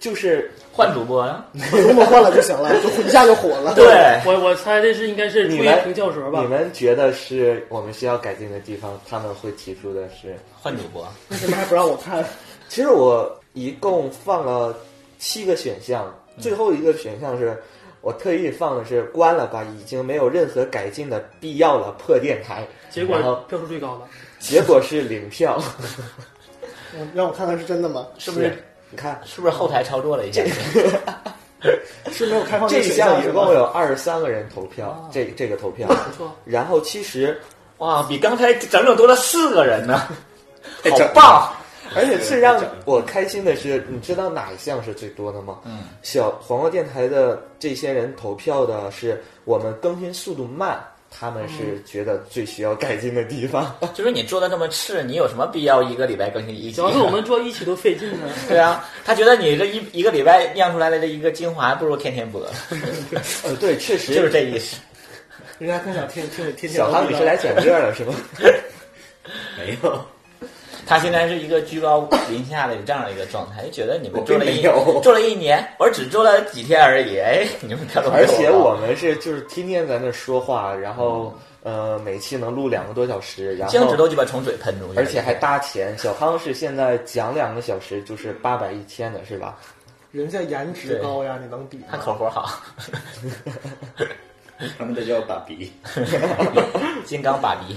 Speaker 1: 就是
Speaker 14: 换主播啊 呀？
Speaker 5: 普通的换了就行了， 就一下就火了。
Speaker 14: 对，
Speaker 18: 我我猜这是应该是
Speaker 1: 你
Speaker 18: 注
Speaker 1: 们
Speaker 18: 意平教舌吧
Speaker 1: 你？们觉得是我们需要改进的地方，他们会提出的是。
Speaker 14: 换主播。
Speaker 5: 为什么还不让我看？
Speaker 1: 其实我一共放了七个选项，
Speaker 18: 嗯
Speaker 1: 最后一个选项是我特意放的是关了吧，已经没有任何改进的必要了，破电台。
Speaker 18: 结果
Speaker 1: 然后
Speaker 18: 票数最高了，
Speaker 1: 结果是零票，
Speaker 5: 我 让我看看是真的吗？
Speaker 14: 是不是？
Speaker 1: 你看
Speaker 14: 是不是后台操作了一下？
Speaker 5: 是没有开放
Speaker 1: 这一
Speaker 5: 个选
Speaker 1: 项
Speaker 5: 是哦
Speaker 1: 一
Speaker 5: 吧
Speaker 1: 共有二十三个人投票，这这个投票，
Speaker 18: 不错，
Speaker 1: 然后其实
Speaker 14: 哇，比刚才整整多了四个人呢，好
Speaker 17: 整
Speaker 14: 棒！
Speaker 1: 而且最让我开心的是，你知道哪一项是最多的吗？嗯，小黄瓜电台的这些人投票的是我们更新速度慢，他们是
Speaker 5: 嗯
Speaker 1: 觉得最需要改进的地方。
Speaker 14: 就是你做的这么次，你有什么必要一个礼拜更新一期
Speaker 18: 主？要是我们做一期都费劲呢。
Speaker 14: 对啊，他觉得你这一一个礼拜酿出来的这一个精华，还不如天天播，
Speaker 1: 呃，对，确实
Speaker 14: 就是这意思。
Speaker 5: 人家更想听听你天天
Speaker 1: 小
Speaker 5: 都
Speaker 1: 康，
Speaker 5: 知
Speaker 1: 你
Speaker 5: 道
Speaker 1: 是来捡乐了 是吗？
Speaker 17: 没有，
Speaker 14: 他现在是一个居高临下的这样的一个状态，就觉得你们
Speaker 17: 我
Speaker 14: 做
Speaker 17: 并
Speaker 14: 了一
Speaker 17: 没有
Speaker 14: 做了一年，我只做了几天而已，哎，你们看都没
Speaker 1: 而
Speaker 14: 有
Speaker 1: 且
Speaker 14: 了
Speaker 1: 我们是就是天天在那说话，然后呃每期能录两个多小时，然
Speaker 14: 精子都
Speaker 1: 后
Speaker 14: 鸡巴从嘴喷出去了，
Speaker 1: 而且还搭钱。小康是现在讲两个小时就是八百一千的是吧？
Speaker 5: 人家颜值高呀，你能比吗？
Speaker 14: 他口活 好，
Speaker 17: 他们这叫打鼻。
Speaker 14: 金刚芭比。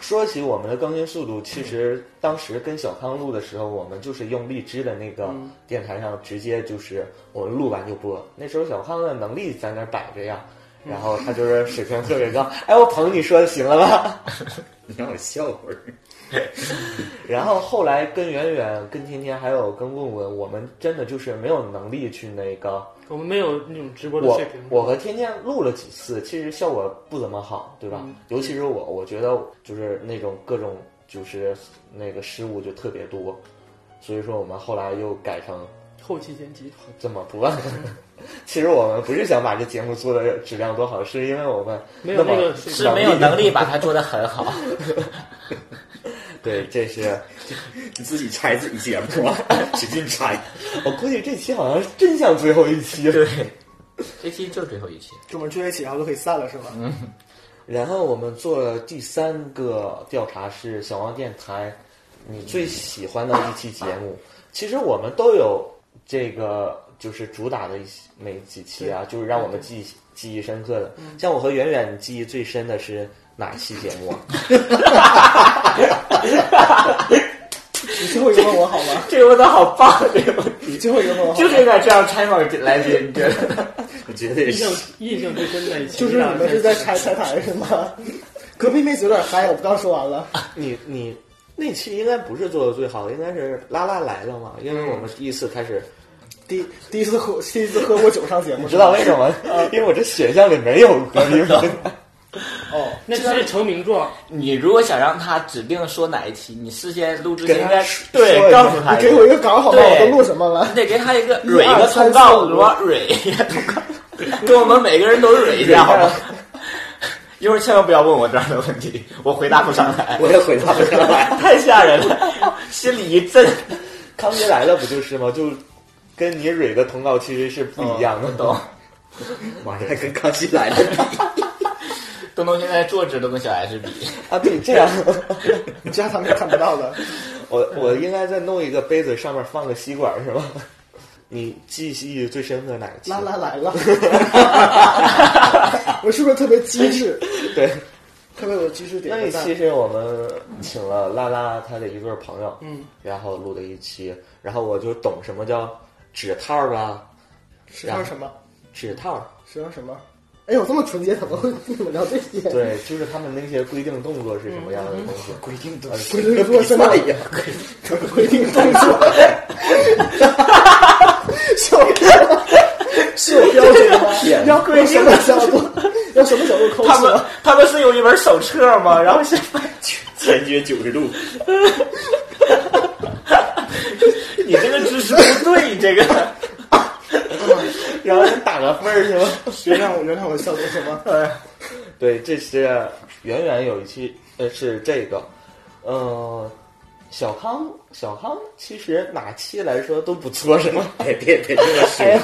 Speaker 1: 说起我们的更新速度，其实当时跟小康录的时候，我们就是用荔枝的那个
Speaker 14: 嗯
Speaker 1: 电台上直接就是我们录完就播。那时候小康的能力在那儿摆着呀，
Speaker 14: 嗯
Speaker 1: 然后他就是水平特别高。 哎，我捧你说的行了吧？
Speaker 17: 你让我笑会儿。
Speaker 1: 然后后来跟远远、跟天天还有跟问问，我们真的就是没有能力去那个。
Speaker 18: 我们没有那种直播的
Speaker 1: 我
Speaker 18: 水平，
Speaker 1: 我和天天录了几次，其实效果不怎么好，对吧？尤其是我，我觉得就是那种各种就是那个失误就特别多，所以说我们后来又改成
Speaker 18: 后期剪辑。
Speaker 1: 这么播。 其实我们不是想把这节目做的质量多好，是因为我们
Speaker 18: 没有
Speaker 1: 那么
Speaker 18: 那个水
Speaker 14: 是没有能力把它做得很好，
Speaker 1: 对，这是
Speaker 17: 你自己拆自己节目啊，使劲拆。
Speaker 1: 我估计这期好像是真像最后一期了。
Speaker 14: 对， 这期就是最后一期。嗯
Speaker 5: 就我们聚在一起，然后就可以散了，是吗？
Speaker 1: 然后我们做了第三个调查是小王电台，你最喜欢的一期节目。其实我们都有这个就是主打的一些每几期啊，就是让我们记记忆深刻的。
Speaker 5: 嗯
Speaker 1: 像我和远远记忆最深的是哪期节目啊？
Speaker 5: 你最后一个问我好 吗？
Speaker 14: 这个问的好棒，这个问
Speaker 5: 题。最后一个问我好吗，
Speaker 14: 就是应该这样拆门来接，你 觉得？
Speaker 17: 我觉得也
Speaker 18: 印象
Speaker 17: 是。
Speaker 18: 印象最深的一期，
Speaker 5: 就是你们是在拆拆台是 吗？隔壁妹子有点嗨，我们刚说完了。
Speaker 1: 你你那期应该不是做的最好的，应该是拉拉来了嘛，因为我们第一次开始。
Speaker 5: 嗯第第一次喝，第一次喝过酒上节目，
Speaker 1: 你知道为什么？
Speaker 5: 嗯
Speaker 1: 因为我这选项里没有隔 壁妹。
Speaker 5: 哦，
Speaker 18: 那是成名状。
Speaker 14: 你如果想让他指定说哪一期，你事先录制
Speaker 5: 给
Speaker 14: 应
Speaker 5: 他
Speaker 14: 该
Speaker 5: 说
Speaker 14: 对告诉他
Speaker 5: 你
Speaker 14: 一
Speaker 5: 给
Speaker 14: 个，
Speaker 5: 我一个稿好吗？
Speaker 14: 对
Speaker 5: 我都录什么了
Speaker 14: 你？得给他一个
Speaker 5: 一
Speaker 14: 蕊一
Speaker 5: 二
Speaker 14: 个
Speaker 5: 三
Speaker 14: 通告，
Speaker 5: 四
Speaker 14: 是吧？蕊一个通告，跟我们每个人都蕊一下，好吗？ 一会儿千万不要问我这样的问题，我回答不 上来，
Speaker 17: 我也回答不上来
Speaker 14: 太吓人了，心里一震。
Speaker 1: 康熙来了不就是吗？就跟你蕊的通告其实是不一样的。
Speaker 14: 哦 懂。
Speaker 17: 妈呀，跟康熙来了比，
Speaker 14: 东东现在坐姿都跟小 S 比，
Speaker 1: 啊，对，这样
Speaker 5: 这样他们也看不到的。
Speaker 1: 我我应该再弄一个杯子，上面放个吸管是吧？你记忆最深刻哪一期？
Speaker 5: 拉拉 来了，我是不是特别机智？
Speaker 1: 对，
Speaker 5: 特别有机智点
Speaker 1: 那
Speaker 5: 个
Speaker 1: 一
Speaker 5: 赞。
Speaker 1: 期是我们请了拉拉她的一对朋友，
Speaker 5: 嗯，
Speaker 1: 然后录的一期，然后我就懂什么叫指套儿啊，
Speaker 5: 实际上什么？
Speaker 1: 指套儿，
Speaker 5: 实际上什么？哎呦，这么纯洁，怎么会跟你们聊这些？
Speaker 1: 对，就是他们那些规定动作是什么样的东西？呃
Speaker 17: 规定都
Speaker 5: 嗯规定动作真的
Speaker 17: 一样，
Speaker 5: 规定动作，是有是有标准的，要规定的角度，要什么角度抠
Speaker 14: 他们
Speaker 5: 死？
Speaker 14: 他们是有一本手册吗？然后是
Speaker 17: 前撅九十度，
Speaker 14: 你这个姿势不对，你这个。
Speaker 1: 然后打个分儿是吗？
Speaker 5: 原谅我，原谅我笑的 什么？哎，
Speaker 1: 对，这是远远有一期，呃，是这个，呃，小康，小康，其实哪期来说都不错，是 吗？
Speaker 17: 别别别这么说
Speaker 1: 哎，呀，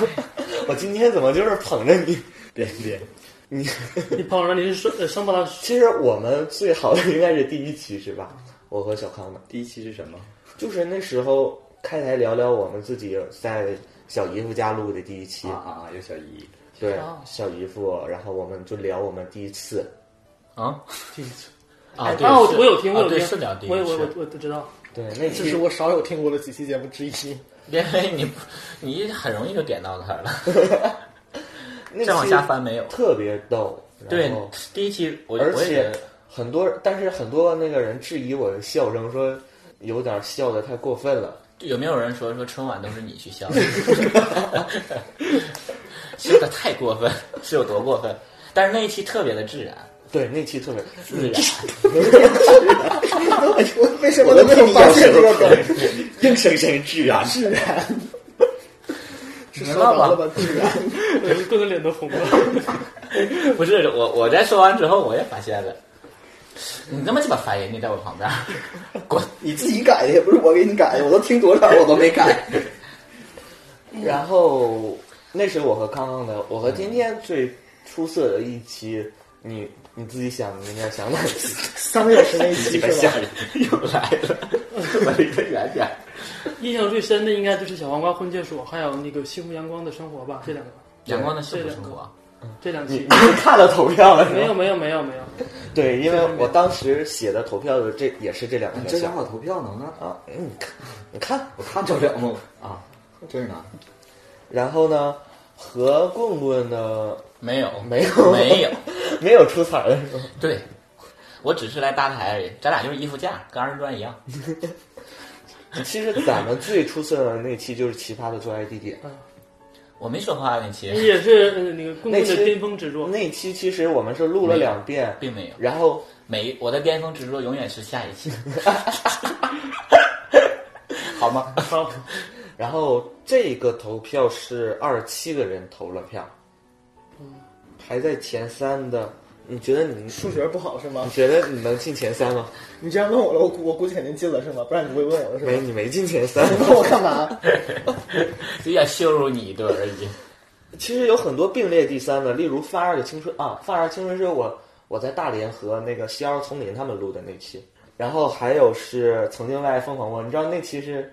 Speaker 1: 我今天怎么就是捧着你？
Speaker 17: 别别，
Speaker 1: 你
Speaker 18: 你朋友让你是上上不拉
Speaker 1: 其实我们最好的应该是第一期是吧？ 我和小康的，
Speaker 17: 第一期是什么？
Speaker 1: 就是那时候开台聊聊我们自己在小姨夫家录的第一期
Speaker 17: 啊，啊啊！有小姨，
Speaker 1: 对
Speaker 18: 哦，
Speaker 1: 小姨夫，然后我们就聊我们第一次，
Speaker 14: 啊，
Speaker 18: 第一次
Speaker 14: 啊，对，
Speaker 18: 啊，我
Speaker 14: 是
Speaker 18: 我有听，我
Speaker 14: 啊
Speaker 18: 有
Speaker 14: 对
Speaker 18: 听，
Speaker 14: 是聊第一
Speaker 18: 我有我有
Speaker 14: 次，
Speaker 18: 我我知道。
Speaker 1: 对， 那
Speaker 5: 这
Speaker 1: 期
Speaker 5: 是我少有听过的几期节目 之一。
Speaker 14: 因为你不你很容易就点到他了，
Speaker 1: 那期
Speaker 14: 再往下翻没有
Speaker 1: 特别逗，然
Speaker 14: 对
Speaker 1: 后，
Speaker 14: 第一期我
Speaker 1: 而
Speaker 14: 我也觉
Speaker 1: 且
Speaker 14: 得
Speaker 1: 很多，但是很多那个人质疑我的笑声，说有点笑的太过分了。
Speaker 14: 有没有人说说春晚都是你去 笑的？说的太过分，是有多过分？但是那一期特别的自然，
Speaker 1: 对，那期特别，
Speaker 14: 自然。
Speaker 5: 我为什么
Speaker 17: 我
Speaker 5: 都
Speaker 17: 都
Speaker 5: 没
Speaker 17: 替
Speaker 5: 有
Speaker 17: 你
Speaker 5: 发
Speaker 17: 咬舌
Speaker 5: 现这个梗？
Speaker 17: 头， 硬生生自
Speaker 1: 啊
Speaker 17: 然。
Speaker 5: 自然，是
Speaker 14: 明
Speaker 5: 说
Speaker 14: 白吧
Speaker 5: 白了吧？自然，
Speaker 18: 我各个脸都红了。
Speaker 14: 不是我，我在说完之后我也发现了，你那么鸡巴烦人，你在我旁边，滚！
Speaker 17: 你自己改的，也不是我给你改的，我都听多少我都没改。
Speaker 1: 然后那是我和康康的，我和天天最出色的一期，你你自己想，你应该想哪期？
Speaker 5: 三个小时那一期
Speaker 17: 鸡巴
Speaker 5: 是吧
Speaker 17: 吓？人，
Speaker 14: 又来了，我离他远点儿。
Speaker 18: 印象最深的应该就是小黄瓜婚介所，还有那个西湖阳光的生活
Speaker 14: 嗯
Speaker 18: 吧，这两个，
Speaker 14: 阳光的幸福生活，
Speaker 18: 这两
Speaker 1: 你
Speaker 18: 期
Speaker 1: 你。是看了投票了是
Speaker 18: 没有
Speaker 1: 吗？
Speaker 18: 没有没有没有，
Speaker 1: 对，因为我当时写的投票的这也是这两个
Speaker 17: 你
Speaker 1: 选
Speaker 17: 这
Speaker 1: 项
Speaker 17: 家伙投票能啊？
Speaker 1: 啊，嗯你看你看，
Speaker 17: 我看不了吗？
Speaker 1: 啊，
Speaker 17: 这呢？
Speaker 1: 然后呢，和棍棍呢
Speaker 14: 没有，
Speaker 1: 没有
Speaker 14: 没有，
Speaker 1: 没有出彩儿的是吗？
Speaker 14: 对，我只是来搭台而已，咱俩就是衣服架，跟二人转一样。
Speaker 1: 其实咱们最出色的那期就是奇葩的做爱地点，
Speaker 14: 我没说话那期，
Speaker 18: 也是呃那个棍棍的巅峰之作。
Speaker 1: 那期其实我们是录了两遍，
Speaker 14: 并没有。
Speaker 1: 然后
Speaker 14: 每我的巅峰之作永远是下一 期，好吗？
Speaker 18: 好，
Speaker 1: 然后这个投票是二十七个人投了票，排在前三的，你觉得你
Speaker 5: 嗯数学不好是吗
Speaker 1: 你？觉得你能进前三吗？
Speaker 5: 你这样问我了，我估我估计肯定进了是吗？不然你不会问我了是
Speaker 1: 没，
Speaker 5: 吗？
Speaker 1: 你没进前三。
Speaker 5: 你问我干嘛？
Speaker 14: 就想羞辱你一顿而已。
Speaker 1: 其实有很多并列第三的，例如《范儿的青春》啊，《范儿青春》是我我在大连和那个西二丛林他们录的那期，然后还有是曾经为爱疯狂过，你知道那期是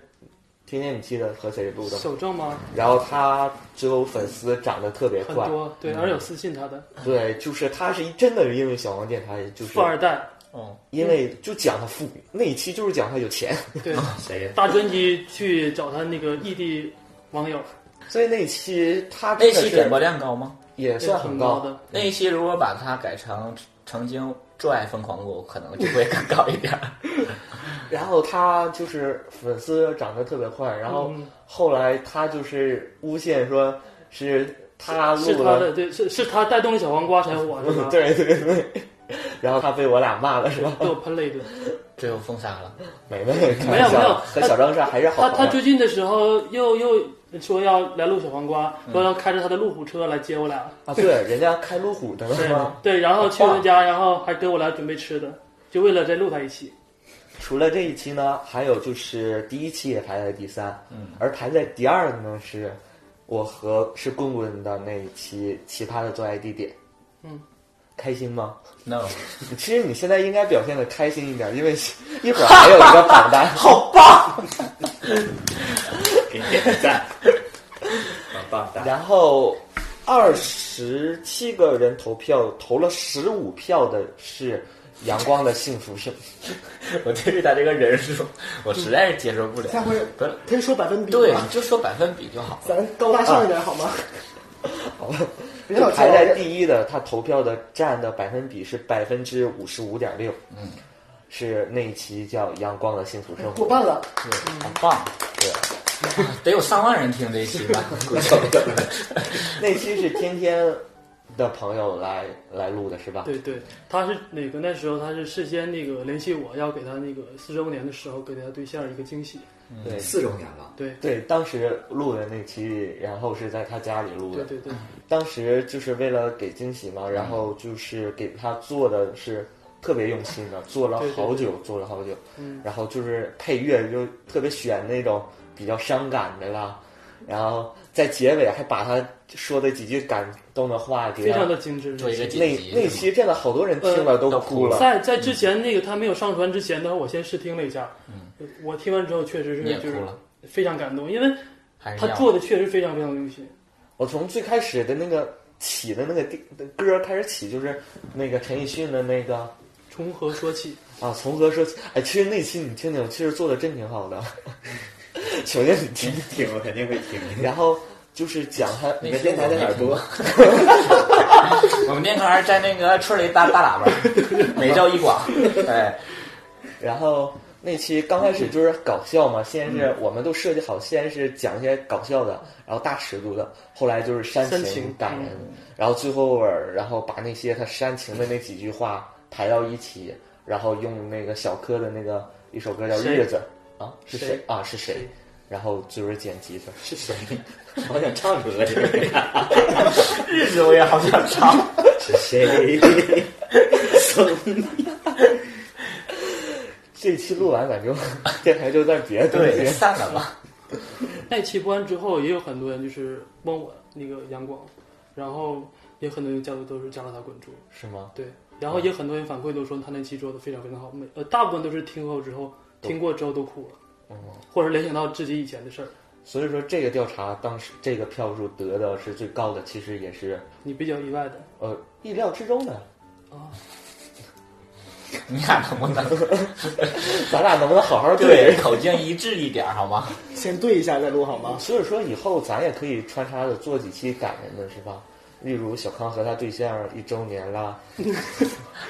Speaker 1: 天天你记得和谁录的吗？
Speaker 18: 小郑吗？
Speaker 1: 然后他之后粉丝涨得特别
Speaker 18: 很
Speaker 1: 快，
Speaker 18: 多，
Speaker 14: 嗯
Speaker 18: 对，而有私信他的，
Speaker 1: 对，就是他是真的是因为小王电台就是
Speaker 18: 富二代，
Speaker 14: 哦，
Speaker 1: 因为就讲他富，那一期就是讲他有钱，
Speaker 18: 对，
Speaker 14: 谁呀
Speaker 18: 大专辑去找他那个异地网友，
Speaker 1: 所以那一期他
Speaker 14: 那期点播量高吗？
Speaker 1: 也算啊很高的。
Speaker 14: 那一期如果把它改成曾经最爱疯狂过，可能就会更高一点儿。
Speaker 1: 然后他就是 粉丝涨得特别快，然后
Speaker 18: 嗯
Speaker 1: 后来他就是诬陷说是他
Speaker 18: 是
Speaker 1: 录
Speaker 18: 他
Speaker 1: 了，
Speaker 18: 的，对，是是他带动小黄瓜才有我的吧？
Speaker 1: 对对对，然啊后他被我俩骂了是吧？
Speaker 18: 被我喷了一 顿。
Speaker 14: 最后封杀了，
Speaker 1: 没没
Speaker 18: 没有没有，
Speaker 1: 和小张上还是好
Speaker 18: 他
Speaker 1: 朋友。
Speaker 18: 他追剧的时候又又说要来录小黄瓜，说要开着他的路虎车来接我俩。
Speaker 1: 啊，对，人家开路虎的了是吗？
Speaker 18: 对，然后去他家，然后还给我俩准备吃的，就为了再录他一期。
Speaker 1: 除了这一期呢，还有就是第一期也排在第三，嗯，而排在第二的呢是我和是棍棍的那一期《奇葩的做爱地点》，
Speaker 18: 嗯，
Speaker 1: 开心吗？
Speaker 14: No，
Speaker 1: 其实你现在应该表现的开心一点，因为 一会儿还有一个榜单， 好棒！
Speaker 14: 给点个赞，好棒的。
Speaker 1: 然后二十七个人投票，投了十五票的是《阳光的幸福生
Speaker 14: 我对于他这个人数，我实在是接受不了。
Speaker 5: 下回
Speaker 14: 不是，
Speaker 5: 可以说百分比
Speaker 14: 对，
Speaker 5: 吗
Speaker 14: 你就说百分比就好了。
Speaker 5: 咱高大上一点好吗？
Speaker 1: 啊 好 吧，
Speaker 5: 别老
Speaker 1: 就排
Speaker 5: 骄傲
Speaker 1: 在第一的，他投票的占的百分比是百分之五十五点六，
Speaker 14: 嗯，
Speaker 1: 是那一期叫《阳光的幸福生活
Speaker 5: 过》。半了，
Speaker 14: 好嗯棒，
Speaker 1: 对，
Speaker 14: 得有上万人听这一期吧？估计
Speaker 1: 那期是天天的朋友来来录的是吧？
Speaker 18: 对对，他是那个那时候他是事先那个联系我要给他那个四周年的时候给他对象一个惊喜。
Speaker 1: 对，
Speaker 17: 四周年了，
Speaker 18: 对
Speaker 1: 对，当时录的那期，然后是在他家里录
Speaker 18: 对
Speaker 1: 的。
Speaker 18: 对对，
Speaker 1: 当时就是为了给惊喜
Speaker 14: 嗯
Speaker 1: 嘛，然后就是给他做的是特别用心的，做了
Speaker 18: 对对
Speaker 1: 好
Speaker 18: 对
Speaker 1: 久，做了好久。
Speaker 18: 嗯
Speaker 1: 然后就是配乐就特别选那种比较伤感的啦，然后在结尾还把他说的几句感动的话给
Speaker 18: 非
Speaker 1: 他
Speaker 18: 常的精致。呃
Speaker 14: 做一个
Speaker 1: 那
Speaker 14: 剪辑
Speaker 1: 那期真的好多人听了都哭了。
Speaker 18: 在在之前那个他没有上传之前的话，我先试听了一下，嗯，我听完之后确实
Speaker 14: 你也
Speaker 18: 是
Speaker 14: 哭
Speaker 18: 就是
Speaker 14: 了
Speaker 18: 非常感动，因为
Speaker 14: 还是
Speaker 18: 他
Speaker 14: 要
Speaker 18: 做的确实非常非常用心。
Speaker 1: 我从最开始的那个起的那个地歌开始起，就是那个陈奕迅的那个
Speaker 18: 从何说起？
Speaker 1: 啊，从何说起？哎，其实那期你听听，其实做的真挺好的。 求求你听，
Speaker 17: 听我肯定会听。
Speaker 1: 然后就是讲他
Speaker 17: 你们电台在哪儿播？
Speaker 14: 我们那块儿在那个村里大大喇叭，每周一 广。哎，
Speaker 1: 然后那期刚开始就是搞笑嘛，先是
Speaker 14: 嗯
Speaker 1: 我们都设计好，先是讲一些搞笑的，然后大尺度的，后来就是煽
Speaker 18: 煽情
Speaker 1: 感
Speaker 14: 嗯
Speaker 1: 人，然后最后儿然后把那些他煽情的那几句话排到一起，然后用那个小柯的那个一首歌叫《
Speaker 18: 谁
Speaker 1: 日子》啊，是谁
Speaker 18: 谁
Speaker 1: 啊？是谁？然后就是剪辑的，
Speaker 14: 是谁？我想唱出来这个呀， 日子我也好想唱。
Speaker 17: 是谁？
Speaker 1: 这期录完感觉电台就在别的东
Speaker 14: 对，
Speaker 1: 西
Speaker 14: 散了吧。
Speaker 18: 那期播完之后，也有很多人就是问我那个杨广，然后也很多人加入都是加了他关注，
Speaker 1: 是吗？
Speaker 18: 对，然后也很多人反馈都说他那期做的非常非常好，每呃大部分都是听后之后听过之后都哭了，
Speaker 14: 哦
Speaker 1: 嗯，
Speaker 18: 或者联想到自己以前的事儿，
Speaker 1: 所以说这个调查当时这个票数得的是最高的，其实也是
Speaker 18: 你比较意外的
Speaker 1: 呃意料之中的。
Speaker 18: 啊，
Speaker 14: 哦你俩能不能
Speaker 1: 咱俩能不能好好对
Speaker 14: 对口径一致一点儿好吗？
Speaker 5: 先对一下再录好吗？
Speaker 1: 所以说以后咱也可以穿插着做几期感人的，是吧？例如小康和他对象一周年 啦，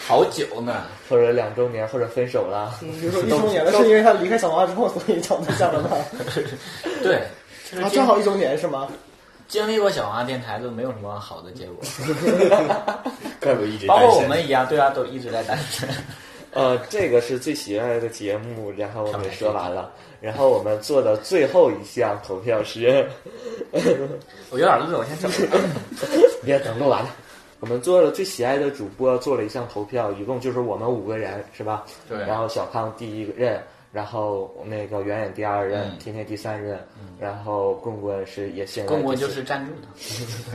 Speaker 14: 好久呢，
Speaker 1: 或者两周年，或者分手啦。
Speaker 5: 嗯比如说一周年了，是因为他离开小黄瓜之后，所以找他下的麦
Speaker 14: 对，
Speaker 5: 啊，正好一周年是吗？
Speaker 14: 经历过小王电台都没有什么好 的结果，
Speaker 17: 怪不得一直
Speaker 14: 包
Speaker 17: 单
Speaker 14: 括我
Speaker 17: 身
Speaker 14: 们一样，对啊，都一直在单身。
Speaker 1: 呃，这个是最喜爱的节目，然后我们说完了，然后我们做的最后一项投票是，
Speaker 14: 我有点饿，我先走了。
Speaker 1: 别等录完了，我们做了最喜爱的主播做了一项投票，一共就是我们五个人，是吧？
Speaker 14: 对
Speaker 1: 然后小康第一任，然后那个远远第二任，
Speaker 14: 嗯
Speaker 1: 天天第三任，然后棍棍是也现在
Speaker 14: 公公
Speaker 1: 第四
Speaker 14: 就是赞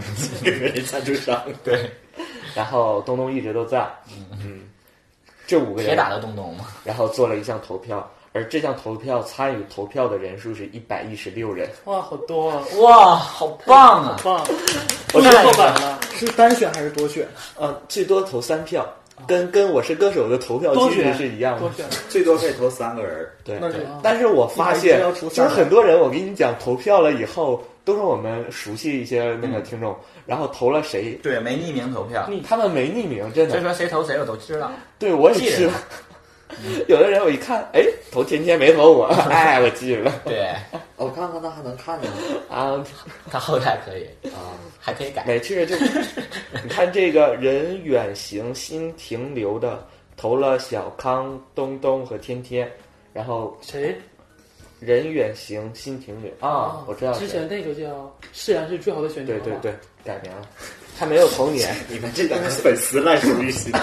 Speaker 14: 助 的，
Speaker 17: 人赞助商。
Speaker 14: 对，
Speaker 1: 然后东东一直都在，嗯，这五个
Speaker 14: 铁
Speaker 1: 人，
Speaker 14: 打的东东嘛。
Speaker 1: 然后做了一项投票，而这项投票参与投票的人数是一百一十六人。
Speaker 18: 哇，好多啊！
Speaker 14: 哇，好棒啊！
Speaker 18: 棒！
Speaker 1: 我
Speaker 18: 是后版了，
Speaker 5: 是单选还是多选？
Speaker 1: 呃，最多投三票，跟跟《我是歌手》的投票机制是一样的。
Speaker 18: 多选，啊
Speaker 17: 最多可以投三个人。
Speaker 1: 对，
Speaker 5: 那就
Speaker 1: 但是我发
Speaker 5: 一
Speaker 1: 现
Speaker 5: 般要，
Speaker 1: 就
Speaker 5: 除
Speaker 1: 是
Speaker 5: 三
Speaker 1: 很多人，我跟你讲，投票了以后，都是我们熟悉一些那个听众，然后投了谁，
Speaker 14: 嗯对，没匿名投票，
Speaker 1: 他们没匿名，真
Speaker 14: 所以
Speaker 1: 的。
Speaker 14: 说谁投谁我都知道。
Speaker 1: 对，我也
Speaker 14: 记
Speaker 1: 是
Speaker 14: 着。
Speaker 1: 有的人我一看，哎，投甜甜没 投我，哎，我记着了
Speaker 14: 对，
Speaker 17: 哦我看看他还能看见吗？
Speaker 1: 啊。
Speaker 14: 他后台可以
Speaker 17: 啊，
Speaker 14: 还可以改。
Speaker 1: 没事， 就你看这个人远行心停留的投了小康、东东和天天，然后
Speaker 18: 谁
Speaker 1: 人远行心停留啊，我知道
Speaker 18: 哦之
Speaker 1: 谁
Speaker 18: 前那个叫“释然是最好的选择”啊
Speaker 1: 对对
Speaker 18: 吧
Speaker 1: 对，改名了，他没有投你，
Speaker 17: 你们这两个粉丝烂熟于心。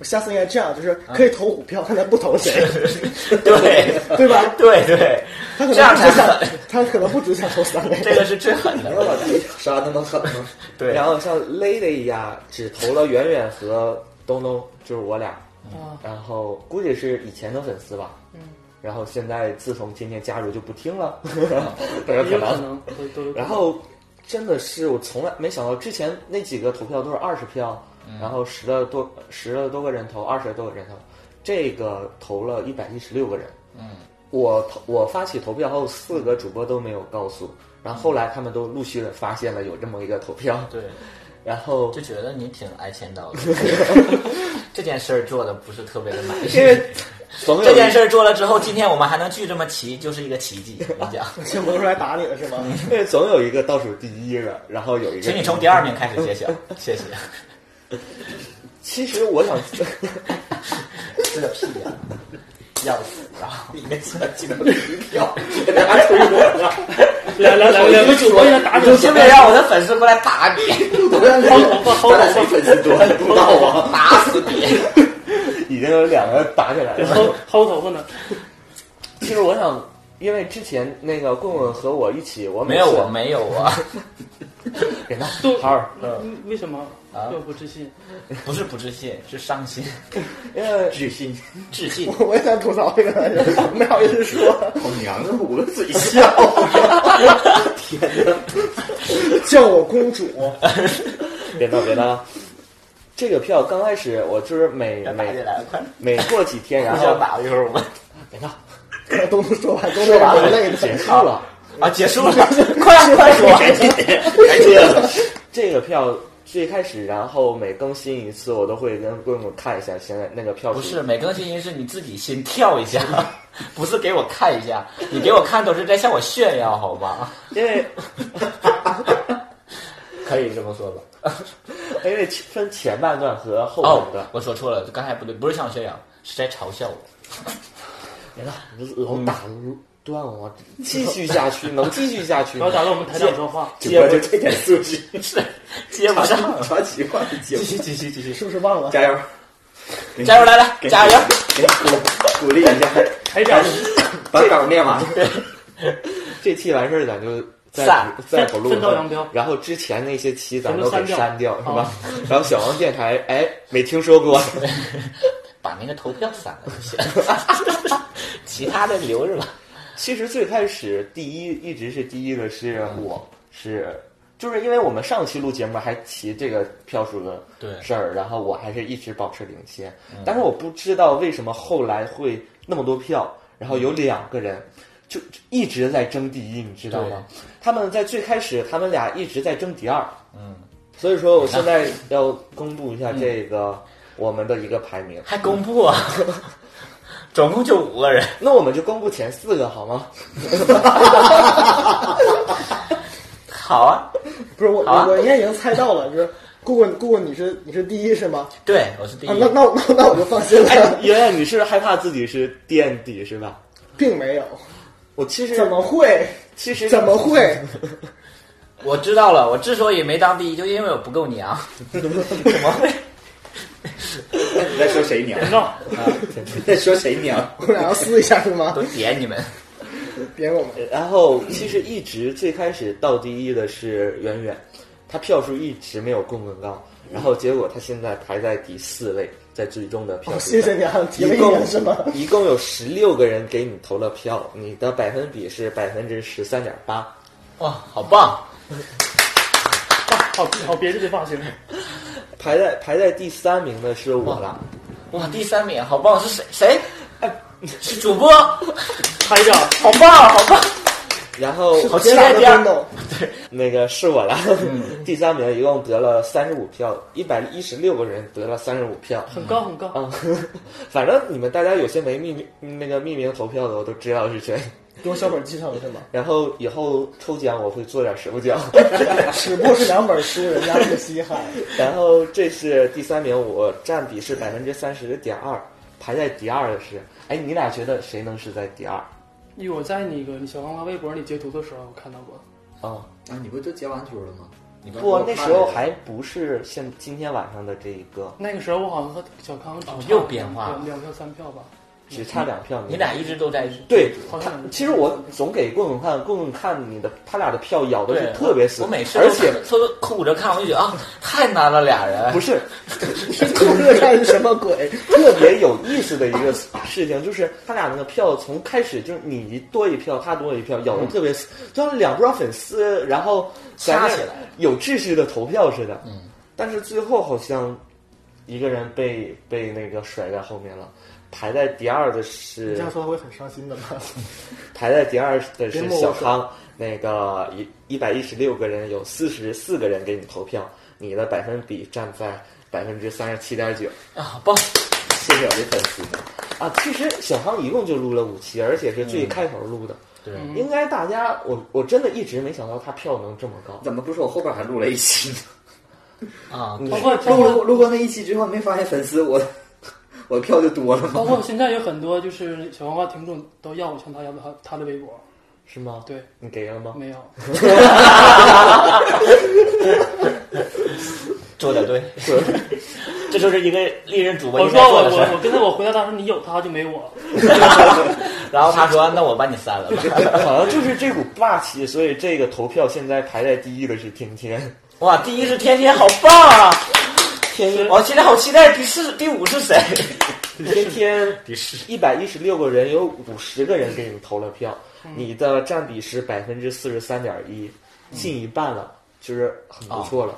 Speaker 5: 我下次应该这样，就是可以投股票，看他不投 谁，
Speaker 14: 对
Speaker 5: 对吧？
Speaker 14: 对对，
Speaker 5: 他可
Speaker 14: 这样
Speaker 5: 能不
Speaker 14: 才
Speaker 5: 只想
Speaker 14: 狠，，
Speaker 5: 他可能不只想投三个人。
Speaker 14: 这个是最狠的。
Speaker 17: 杀那么狠 吗？
Speaker 14: 对，
Speaker 1: 然后像 Lady 呀，只投了圆圆和东东，就是我俩，
Speaker 18: 啊，
Speaker 1: 然后估计是以前的粉丝吧，嗯，然后现在自从天天加入就不听了， 都有
Speaker 18: 也
Speaker 1: 可
Speaker 18: 有可
Speaker 1: 能。
Speaker 18: 能，都都有可能
Speaker 1: 然后真的是我从来没想到，之前那几个投票都是二十票，
Speaker 14: 嗯
Speaker 1: 然后十的多十的多个人投，二十多个人投，这个投了一百一十六个人。
Speaker 14: 嗯，
Speaker 1: 我投我发起投票后，四个主播都没有告诉，然后后来他们都陆续的发现了有这么一个投票，
Speaker 14: 对，
Speaker 1: 然后
Speaker 14: 就觉得你挺挨千 刀的。这件事儿做的不是特别的满意。
Speaker 1: 因 为总有
Speaker 14: 这件
Speaker 1: 一
Speaker 14: 事儿做了之后，今天我们还能聚这么齐，就是一个奇迹。我跟你讲，
Speaker 5: 这不是来打你了是吗？
Speaker 1: 因为总有一个倒数第一的，然后有一个，
Speaker 14: 请你从第二名开始揭晓，谢谢。
Speaker 1: 其实我想，
Speaker 14: 这屁呀、要死啊！
Speaker 17: 你们竟然进到第一票，给大家推我了。
Speaker 18: 来来来，两个主播要打
Speaker 14: 你是不是让我的粉丝过来打你？
Speaker 17: 咱俩谁粉丝多，你不知道吗？
Speaker 14: 打死你！
Speaker 1: 啊 已经有两个打起来 了。
Speaker 18: 薅薅头发呢。
Speaker 1: 其实我想，因为之前那个棍棍和我一起，我每
Speaker 14: 没有
Speaker 1: 次
Speaker 14: 我，没有啊我，
Speaker 1: 给他
Speaker 18: 都
Speaker 1: 好好，
Speaker 18: 嗯为什么
Speaker 14: 啊
Speaker 18: 又不自信？
Speaker 14: 不是不自信，是伤 心、
Speaker 1: 因为
Speaker 17: 自信，
Speaker 14: 自信。
Speaker 5: 呃我 也想吐槽这个来着，没好意思说，
Speaker 17: 好娘的捂着嘴 笑。天哪！
Speaker 5: 叫我公主，
Speaker 1: 别闹别闹。这个票刚开始我就是每
Speaker 14: 要打起
Speaker 1: 每
Speaker 14: 来了，快！
Speaker 1: 每过几天，然
Speaker 14: 互相
Speaker 1: 后
Speaker 14: 打一会儿我们
Speaker 1: 别闹，
Speaker 5: 东东说完，东东完了累 的，
Speaker 1: 结束了。
Speaker 14: 啊，结束了，快快
Speaker 17: 赶
Speaker 14: 说！
Speaker 17: 紧的，赶紧的。
Speaker 1: 这个票最开始，然后每更新一次，我都会跟棍棍看一下现在那个票数
Speaker 14: 不是每更新一是你自己心跳一下，不是给我看一下，你给我看都是在向我炫耀，好吧？
Speaker 1: 因为
Speaker 14: 可以这么说吧？
Speaker 1: 因为分前半段和后
Speaker 14: 哦
Speaker 1: 半段，。
Speaker 14: 我说错了，刚才不对，不是向我炫耀，是在嘲笑我。
Speaker 1: 别闹， 你就老打断我，继续下去能继续下去
Speaker 18: 不
Speaker 1: 吗
Speaker 18: 要？打断我们台长说话。
Speaker 17: 主播就这点素质，是
Speaker 14: 接不上，
Speaker 17: 传奇话的节
Speaker 14: 继
Speaker 17: 目，
Speaker 14: 续继续继续，
Speaker 5: 是不是忘了？
Speaker 17: 加油！
Speaker 14: 加油来来
Speaker 17: 给你
Speaker 14: 加油！
Speaker 17: 给你鼓鼓励一下，
Speaker 18: 台长，
Speaker 17: 把稿念完。
Speaker 1: 这期完事儿，咱就再
Speaker 14: 散
Speaker 1: 不再不录
Speaker 18: 分道
Speaker 1: 了
Speaker 18: 扬镳
Speaker 1: 然后之前那些期咱
Speaker 18: 全
Speaker 1: 都
Speaker 18: 都
Speaker 1: 给
Speaker 18: 删掉
Speaker 1: 删掉，是
Speaker 14: 啊
Speaker 1: 吧？ 然后小王电台，哎，没听说过。
Speaker 14: 把那个投票删了就行， 其他的留着吧。
Speaker 1: 其实最开始第一一直是第一的是我，是就是因为我们上期录节目还提这个票数的
Speaker 14: 对嗯
Speaker 1: 事儿，然后我还是一直保持领先，但是我不知道为什么后来会那么多票，然后有两个人。就就一直在争第一，你知道吗？他们在最开始，他们俩一直在争第二，
Speaker 14: 嗯，
Speaker 1: 所以说我现在要公布一下这个我们的一个排名。
Speaker 14: 还公布啊？总共就五个人，
Speaker 1: 那我们就公布前四个好吗？
Speaker 14: 好啊。
Speaker 5: 不是我，
Speaker 14: 好啊
Speaker 5: 我我应该已经猜到了，就是姑姑姑姑，你是你是第一是吗？
Speaker 14: 对，我是第一
Speaker 5: 啊，。那那我那那我就放心
Speaker 1: 哎，
Speaker 5: 了，
Speaker 1: 圆圆，你是害怕自己是垫底是吧？
Speaker 5: 并没有，
Speaker 1: 我其实
Speaker 5: 怎么会？
Speaker 1: 其实
Speaker 5: 怎么 会？
Speaker 14: 我知道了，我之所以没当第一，就因为我不够娘。怎么会？
Speaker 17: 你在说谁娘？
Speaker 18: 闹，
Speaker 17: 你
Speaker 1: 啊
Speaker 17: 在说谁娘？
Speaker 5: 我俩要撕一下是吗？
Speaker 14: 都点你们，
Speaker 5: 别我们，
Speaker 1: 然后其实一直最开始到第一的是圆
Speaker 5: 嗯
Speaker 1: 圆，她票数一直没有棍棍高，然后结果她现在排在第四位，在最终的票数
Speaker 5: 哦
Speaker 1: 上、
Speaker 5: 谢谢你啊提了
Speaker 1: 一
Speaker 5: 一
Speaker 1: 共
Speaker 5: 年是吗？
Speaker 1: 一共有十六个人给你投了票，你的百分比是百分之十三点八。
Speaker 14: 哇，好棒！
Speaker 18: 好好别致的发型，
Speaker 1: 排在排在第三名的是我了，
Speaker 14: 哇，第三名，好棒！是谁？谁？哎，是主播，
Speaker 18: 拍照，
Speaker 14: 好棒，好棒！
Speaker 1: 然后
Speaker 14: 好期待第二
Speaker 5: 个，
Speaker 1: 那个是我了，
Speaker 14: 嗯
Speaker 1: 第三名一共得了三十五票，一百一十六个人得了三十五票，
Speaker 18: 很高很
Speaker 1: 嗯
Speaker 18: 高。
Speaker 1: 反正你们大家有些没匿名那个匿名投票的，我都知道是谁。
Speaker 5: 给我小本记上了是吗？
Speaker 1: 然后以后抽奖我会做点实物奖。
Speaker 5: 只不过是两本书，人家是稀罕。
Speaker 1: 然后这是第三名，我占比是百分之三十点二，排在第二的是，哎，你俩觉得谁能是在第二？
Speaker 18: 因为我在那个你小黄瓜微博里截图的时候，我看到过。
Speaker 1: 哦，
Speaker 10: 啊，你不就截完图了吗？你刚
Speaker 1: 不，
Speaker 10: 给我
Speaker 1: 那
Speaker 10: 看
Speaker 1: 时候
Speaker 10: 了
Speaker 1: 还不是现今天晚上的这一个，
Speaker 18: 那个时候我好像和小康只差
Speaker 1: 哦又变化了
Speaker 18: 两两票三票吧。
Speaker 1: 只差两票。
Speaker 5: 嗯
Speaker 14: 你俩一直都在
Speaker 1: 对
Speaker 18: 好像是，
Speaker 1: 其实我总给棍棍看，棍棍看你的，他俩的票咬的
Speaker 14: 对
Speaker 1: 是，特别死，
Speaker 14: 我每次都
Speaker 1: 而且
Speaker 14: 都都苦着看，我就觉得啊，太难了，俩人
Speaker 1: 不 是
Speaker 5: 恐乐战是什么鬼？
Speaker 1: 特别有意思的一个事情，就是他俩那个票从开始就是你多一票，他多一票，咬的特别死，就像两波粉丝，然后咱
Speaker 14: 嗯掐
Speaker 1: 俩
Speaker 14: 起来
Speaker 1: 有秩序的投票似的。嗯，但是最后好像一个人被被那个甩在后面了，排在第二的
Speaker 5: 你
Speaker 1: 是
Speaker 5: 这样说他会很伤心的吧？
Speaker 1: 排在第二的
Speaker 5: 别
Speaker 1: 是
Speaker 5: 摸我
Speaker 1: 小
Speaker 5: 手
Speaker 1: 康，那个一一百一十六个人，有四十四个人给你投票，你的百分比占在百分之三十七点九。
Speaker 14: 啊，好棒！
Speaker 1: 谢谢我的粉丝们啊！其实小康一共就录了五期，而且是最开头录
Speaker 10: 嗯
Speaker 1: 的。
Speaker 14: 对
Speaker 1: 应该大家我我真的一直没想到他票能这么高。
Speaker 10: 怎么不说我后边还录了一期呢？
Speaker 14: 啊，
Speaker 1: 嗯
Speaker 10: 你
Speaker 18: 包括包括
Speaker 10: 录录过那一期之后，没发现粉丝我的我的票就多了
Speaker 18: 包
Speaker 10: 吗？
Speaker 18: 括现在有很多就是小黄瓜听众都要我向他要他他的微博，
Speaker 1: 是吗？
Speaker 18: 对，
Speaker 1: 你给了吗？
Speaker 18: 没有。
Speaker 14: 做的 对，这就是一个丽人主播
Speaker 18: 我
Speaker 14: 应
Speaker 18: 说
Speaker 14: 该
Speaker 18: 我
Speaker 14: 做的事
Speaker 18: 我我
Speaker 14: 儿。
Speaker 18: 跟他我回答他说你有他就没我，
Speaker 14: 然后他说：“那我把你删了吧。
Speaker 1: 好像就是这股霸气，所以这个投票现在排在第一的是天天。”
Speaker 14: 哇，第一是天天，好棒啊！
Speaker 1: 天天
Speaker 14: 我现在好期待第四、第五是谁？
Speaker 1: 天天一百一十六个人，有五十个人给你投了票，你的占比是百分之四十三点一，近一半了，就是很不错了。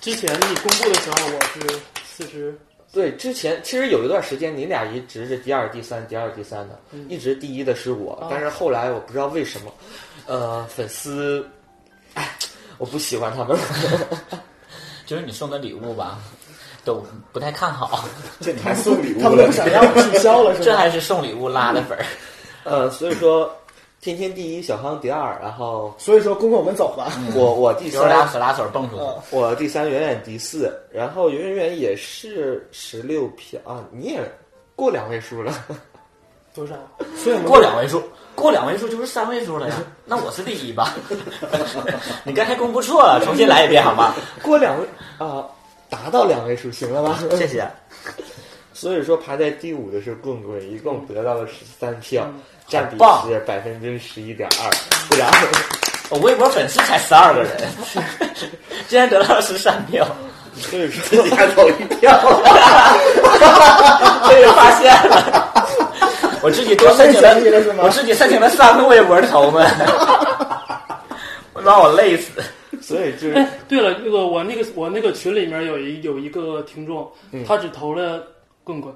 Speaker 18: 之前你公布的时候我是四十，
Speaker 1: 对，之前其实有一段时间，你俩一直是第二、第三、第二、第三的，一直第一的是我
Speaker 18: 哦，
Speaker 1: 但是后来我不知道为什么，呃，粉丝，哎，我不喜欢他们了。
Speaker 14: 就是你送的礼物吧，都不太看好。
Speaker 10: 这你还送礼物
Speaker 5: 他们都不想让我取消了是吧？
Speaker 14: 这还是送礼物拉的粉儿。
Speaker 1: 呃，所以说，天天第一，小康第二，然后
Speaker 5: 所以说，公公我们走吧。
Speaker 1: 我我第
Speaker 14: 比如拉
Speaker 1: 三，呃
Speaker 14: 手拉手蹦出去，
Speaker 1: 我第三，远远第四，然后远远也是十六票啊，你也过两位数了。
Speaker 18: 多少？
Speaker 5: 所以我们
Speaker 14: 过两位数，过两位数就是三位数了呀。那我是第一吧？你刚才公布错了，重新来一遍好吗？
Speaker 1: 过两位啊、达到两位数行了吧？
Speaker 14: 谢谢。
Speaker 1: 所以说排在第五的是棍棍，一共得到了十三票，占比
Speaker 14: 嗯好棒
Speaker 1: 是百分之十一点二。然后，
Speaker 14: 我微博粉丝才十二个人，竟然得到了十三票，
Speaker 1: 所以说
Speaker 10: 自己还投一票，
Speaker 14: 被人发现了。我自己多申
Speaker 5: 被你
Speaker 14: 请
Speaker 5: 想起了是吗
Speaker 14: 了，我自己申请了三个微博 投们，我把我累死。
Speaker 1: 所以就是
Speaker 18: 哎，对了，那个我那个我那个群里面有一有一个听众，
Speaker 10: 嗯
Speaker 18: 他只投了棍棍，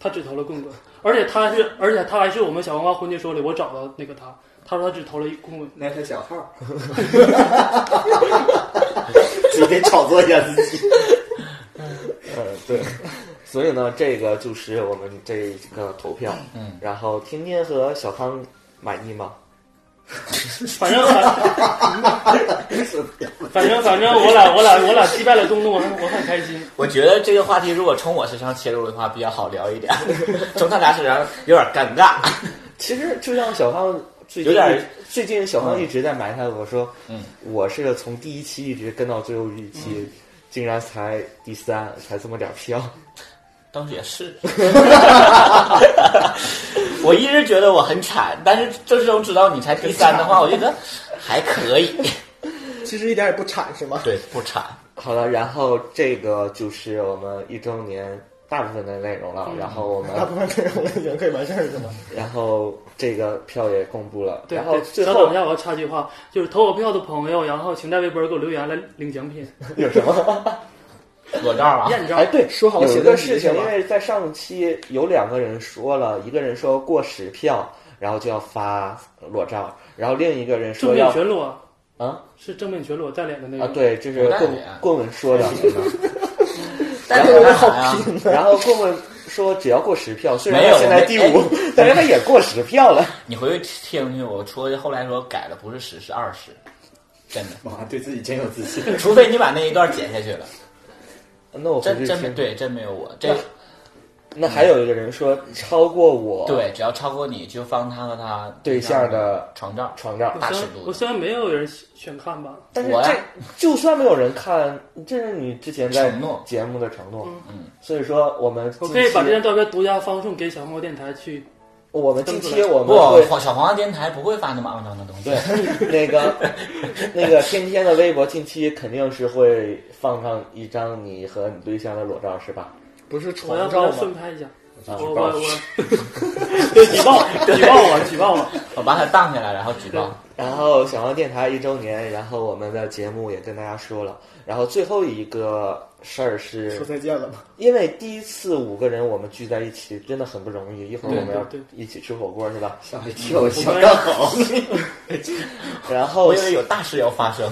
Speaker 18: 他只投了棍棍，而且他是而且他还是我们小黄瓜婚介说里我找到那个他，他说他只投了一棍棍，
Speaker 10: 那是小号，自己得炒作一下自己。
Speaker 1: 呃对，所以呢，这个就是我们这个投票。嗯，然后天天和小康满意吗？
Speaker 18: 反正 反反正反正我俩我俩我俩击败了东东，我很我很开心。
Speaker 14: 我觉得这个话题如果从我身上切入的话比较好聊一点， 从他俩身上有点尴尬。
Speaker 1: 其实就像小康最近
Speaker 14: 有点
Speaker 1: 最近小康一直在埋汰我说，
Speaker 14: 嗯，
Speaker 1: 我是从第一期一直跟到最后一期，竟然才第三，才这么点儿票。
Speaker 14: 当时也是， 我一直觉得我很惨，但是这时候知道你才第三的话，我觉得还可以。
Speaker 5: 其实一点也不惨是吗？
Speaker 14: 对，不惨。
Speaker 1: 好了，然后这个就是我们一周年
Speaker 10: 大部分的内容了，
Speaker 18: 嗯
Speaker 10: 然后我们
Speaker 20: 大部分内容已经可以完事儿了吗？
Speaker 10: 然后这个票也公布了，
Speaker 18: 对
Speaker 10: 然后
Speaker 18: 对
Speaker 10: 最
Speaker 18: 稍等
Speaker 10: 后
Speaker 18: 一下，我要插句话，就是投我票的朋友，然后请在微博给我留言来领奖品。
Speaker 10: 有什么？
Speaker 1: 裸照 啊
Speaker 18: 艳照。
Speaker 10: 哎，对，
Speaker 18: 说好
Speaker 10: 有
Speaker 18: 写
Speaker 10: 一个
Speaker 18: 论
Speaker 10: 事
Speaker 18: 题
Speaker 10: 情，
Speaker 18: 是吧
Speaker 10: 因为在上期有两个人说了，一个人说过十票，然后就要发
Speaker 5: 嗯
Speaker 10: 裸照，然后另一个人
Speaker 18: 正
Speaker 10: 说要
Speaker 18: 面全裸
Speaker 10: 啊，
Speaker 18: 是正面全裸带脸的那个
Speaker 10: 啊，对，这是棍
Speaker 1: 啊
Speaker 10: 棍棍说的。
Speaker 5: 嗯
Speaker 18: 但
Speaker 10: 然
Speaker 18: 是
Speaker 10: 后
Speaker 18: 我觉得好拼啊
Speaker 10: 然后棍棍说只要过十票，虽然
Speaker 1: 没
Speaker 10: 他
Speaker 1: 有
Speaker 10: 现在 第五
Speaker 1: 没哎，
Speaker 10: 但是他也过十票了。
Speaker 1: 你回去听听，我说后来说改的不是十是二十，真的。
Speaker 14: 哇，对自己真有自信
Speaker 1: 除非你把那一段剪下去了。
Speaker 10: 那我回
Speaker 1: 真
Speaker 10: 去
Speaker 1: 真没
Speaker 10: 听
Speaker 1: 对真没有我这
Speaker 10: 那。那还有一个人 说超过我，
Speaker 1: 对，只要超过你就放他和他
Speaker 10: 哦对象的
Speaker 1: 床照，
Speaker 10: 床照
Speaker 1: 大尺
Speaker 18: 我
Speaker 1: 度的。啊
Speaker 18: 虽然没有人选看吧，
Speaker 10: 但是这就算没有人看，这是你之前在
Speaker 18: 承
Speaker 10: 节目的承诺
Speaker 18: 嗯。
Speaker 1: 嗯，
Speaker 10: 所以说我们
Speaker 18: 我
Speaker 10: 近
Speaker 18: 可以把
Speaker 10: 期
Speaker 18: 这张照片独家发送给小猫电台去。
Speaker 10: 我们近期我
Speaker 1: 不
Speaker 10: 们会，
Speaker 1: 小黄电台不会发那么肮脏的东西。
Speaker 10: 对，那个那个天天的微博近期肯定是会放上一张你和你对象的裸照，是吧？
Speaker 20: 不是
Speaker 18: 我要
Speaker 20: 床
Speaker 18: 不要
Speaker 20: 照
Speaker 18: 顺
Speaker 20: 吗？
Speaker 18: 拍一下？
Speaker 10: 啊
Speaker 18: 我
Speaker 10: 举报
Speaker 18: 我我，对 举报举报 我举报我，
Speaker 1: 我把它荡下来，然后举报。
Speaker 10: 然后小王电台一周年，然后我们的节目也跟大家说了，然后最后一个事儿是
Speaker 20: 说再见了吗？
Speaker 10: 因为第一次五个人我们聚在一起真的很不容易，一会儿我们要
Speaker 18: 对对
Speaker 10: 一起吃火锅是吧？
Speaker 14: 吓我一跳我想
Speaker 10: 刚
Speaker 14: 干好
Speaker 10: 然后
Speaker 1: 我以为有大事要发生，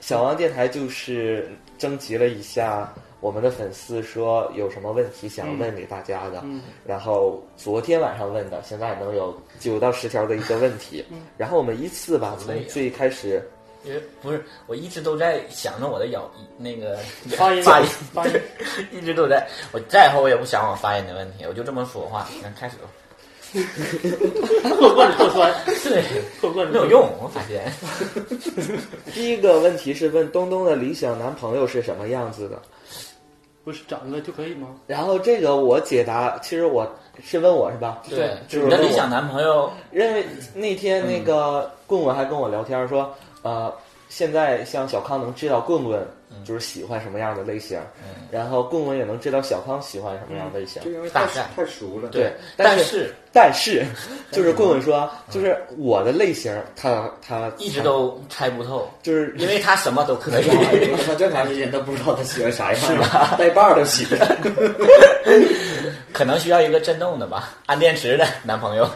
Speaker 10: 小王电台就是征集了一下我们的粉丝，说有什么问题想问给大家的，
Speaker 18: 嗯嗯
Speaker 10: 然后昨天晚上问的，现在能有九到十条的一些问题，
Speaker 18: 嗯
Speaker 10: 然后我们依次吧，
Speaker 1: 累
Speaker 10: 从
Speaker 1: 啊
Speaker 10: 最开始。
Speaker 1: 因为不是，我一直都在想着我的咬那个
Speaker 18: 发音
Speaker 1: 发音
Speaker 18: 发音
Speaker 1: 对一直都在。我再以后我也不想我发音的问题，我就这么说话。那开 始吧，
Speaker 18: 破罐子破摔，
Speaker 1: 对，
Speaker 18: 破罐子
Speaker 1: 没有用，我发现。
Speaker 10: 第一个问题是问东东的理想男朋友是什么样子的，
Speaker 18: 不是长得就可以吗？
Speaker 10: 然后这个我解答，其实我是问我是吧？
Speaker 1: 对，
Speaker 10: 就是
Speaker 1: 你的
Speaker 10: 问
Speaker 1: 理
Speaker 10: 我
Speaker 1: 想男朋友，
Speaker 10: 因为那天那个棍棍还跟我聊天说，呃，现在像小康能知道棍棍
Speaker 1: 嗯
Speaker 10: 就是喜欢什么样的类型，然后棍棍也能知道小康喜欢什么样的类型。
Speaker 14: 就因为
Speaker 1: 嗯大
Speaker 14: 太
Speaker 1: 概
Speaker 14: 太熟了，
Speaker 10: 对，
Speaker 1: 但
Speaker 10: 是
Speaker 1: 是嗯
Speaker 10: 但是，就是棍棍说，就是我的类型，他他
Speaker 1: 一直都猜不透，
Speaker 10: 就是
Speaker 1: 因为他什么都可 以。
Speaker 14: 他正常人都不知道他喜欢啥样，是吧？带把儿都喜欢。
Speaker 1: 可能需要一个震动的吧，按电池的男朋友。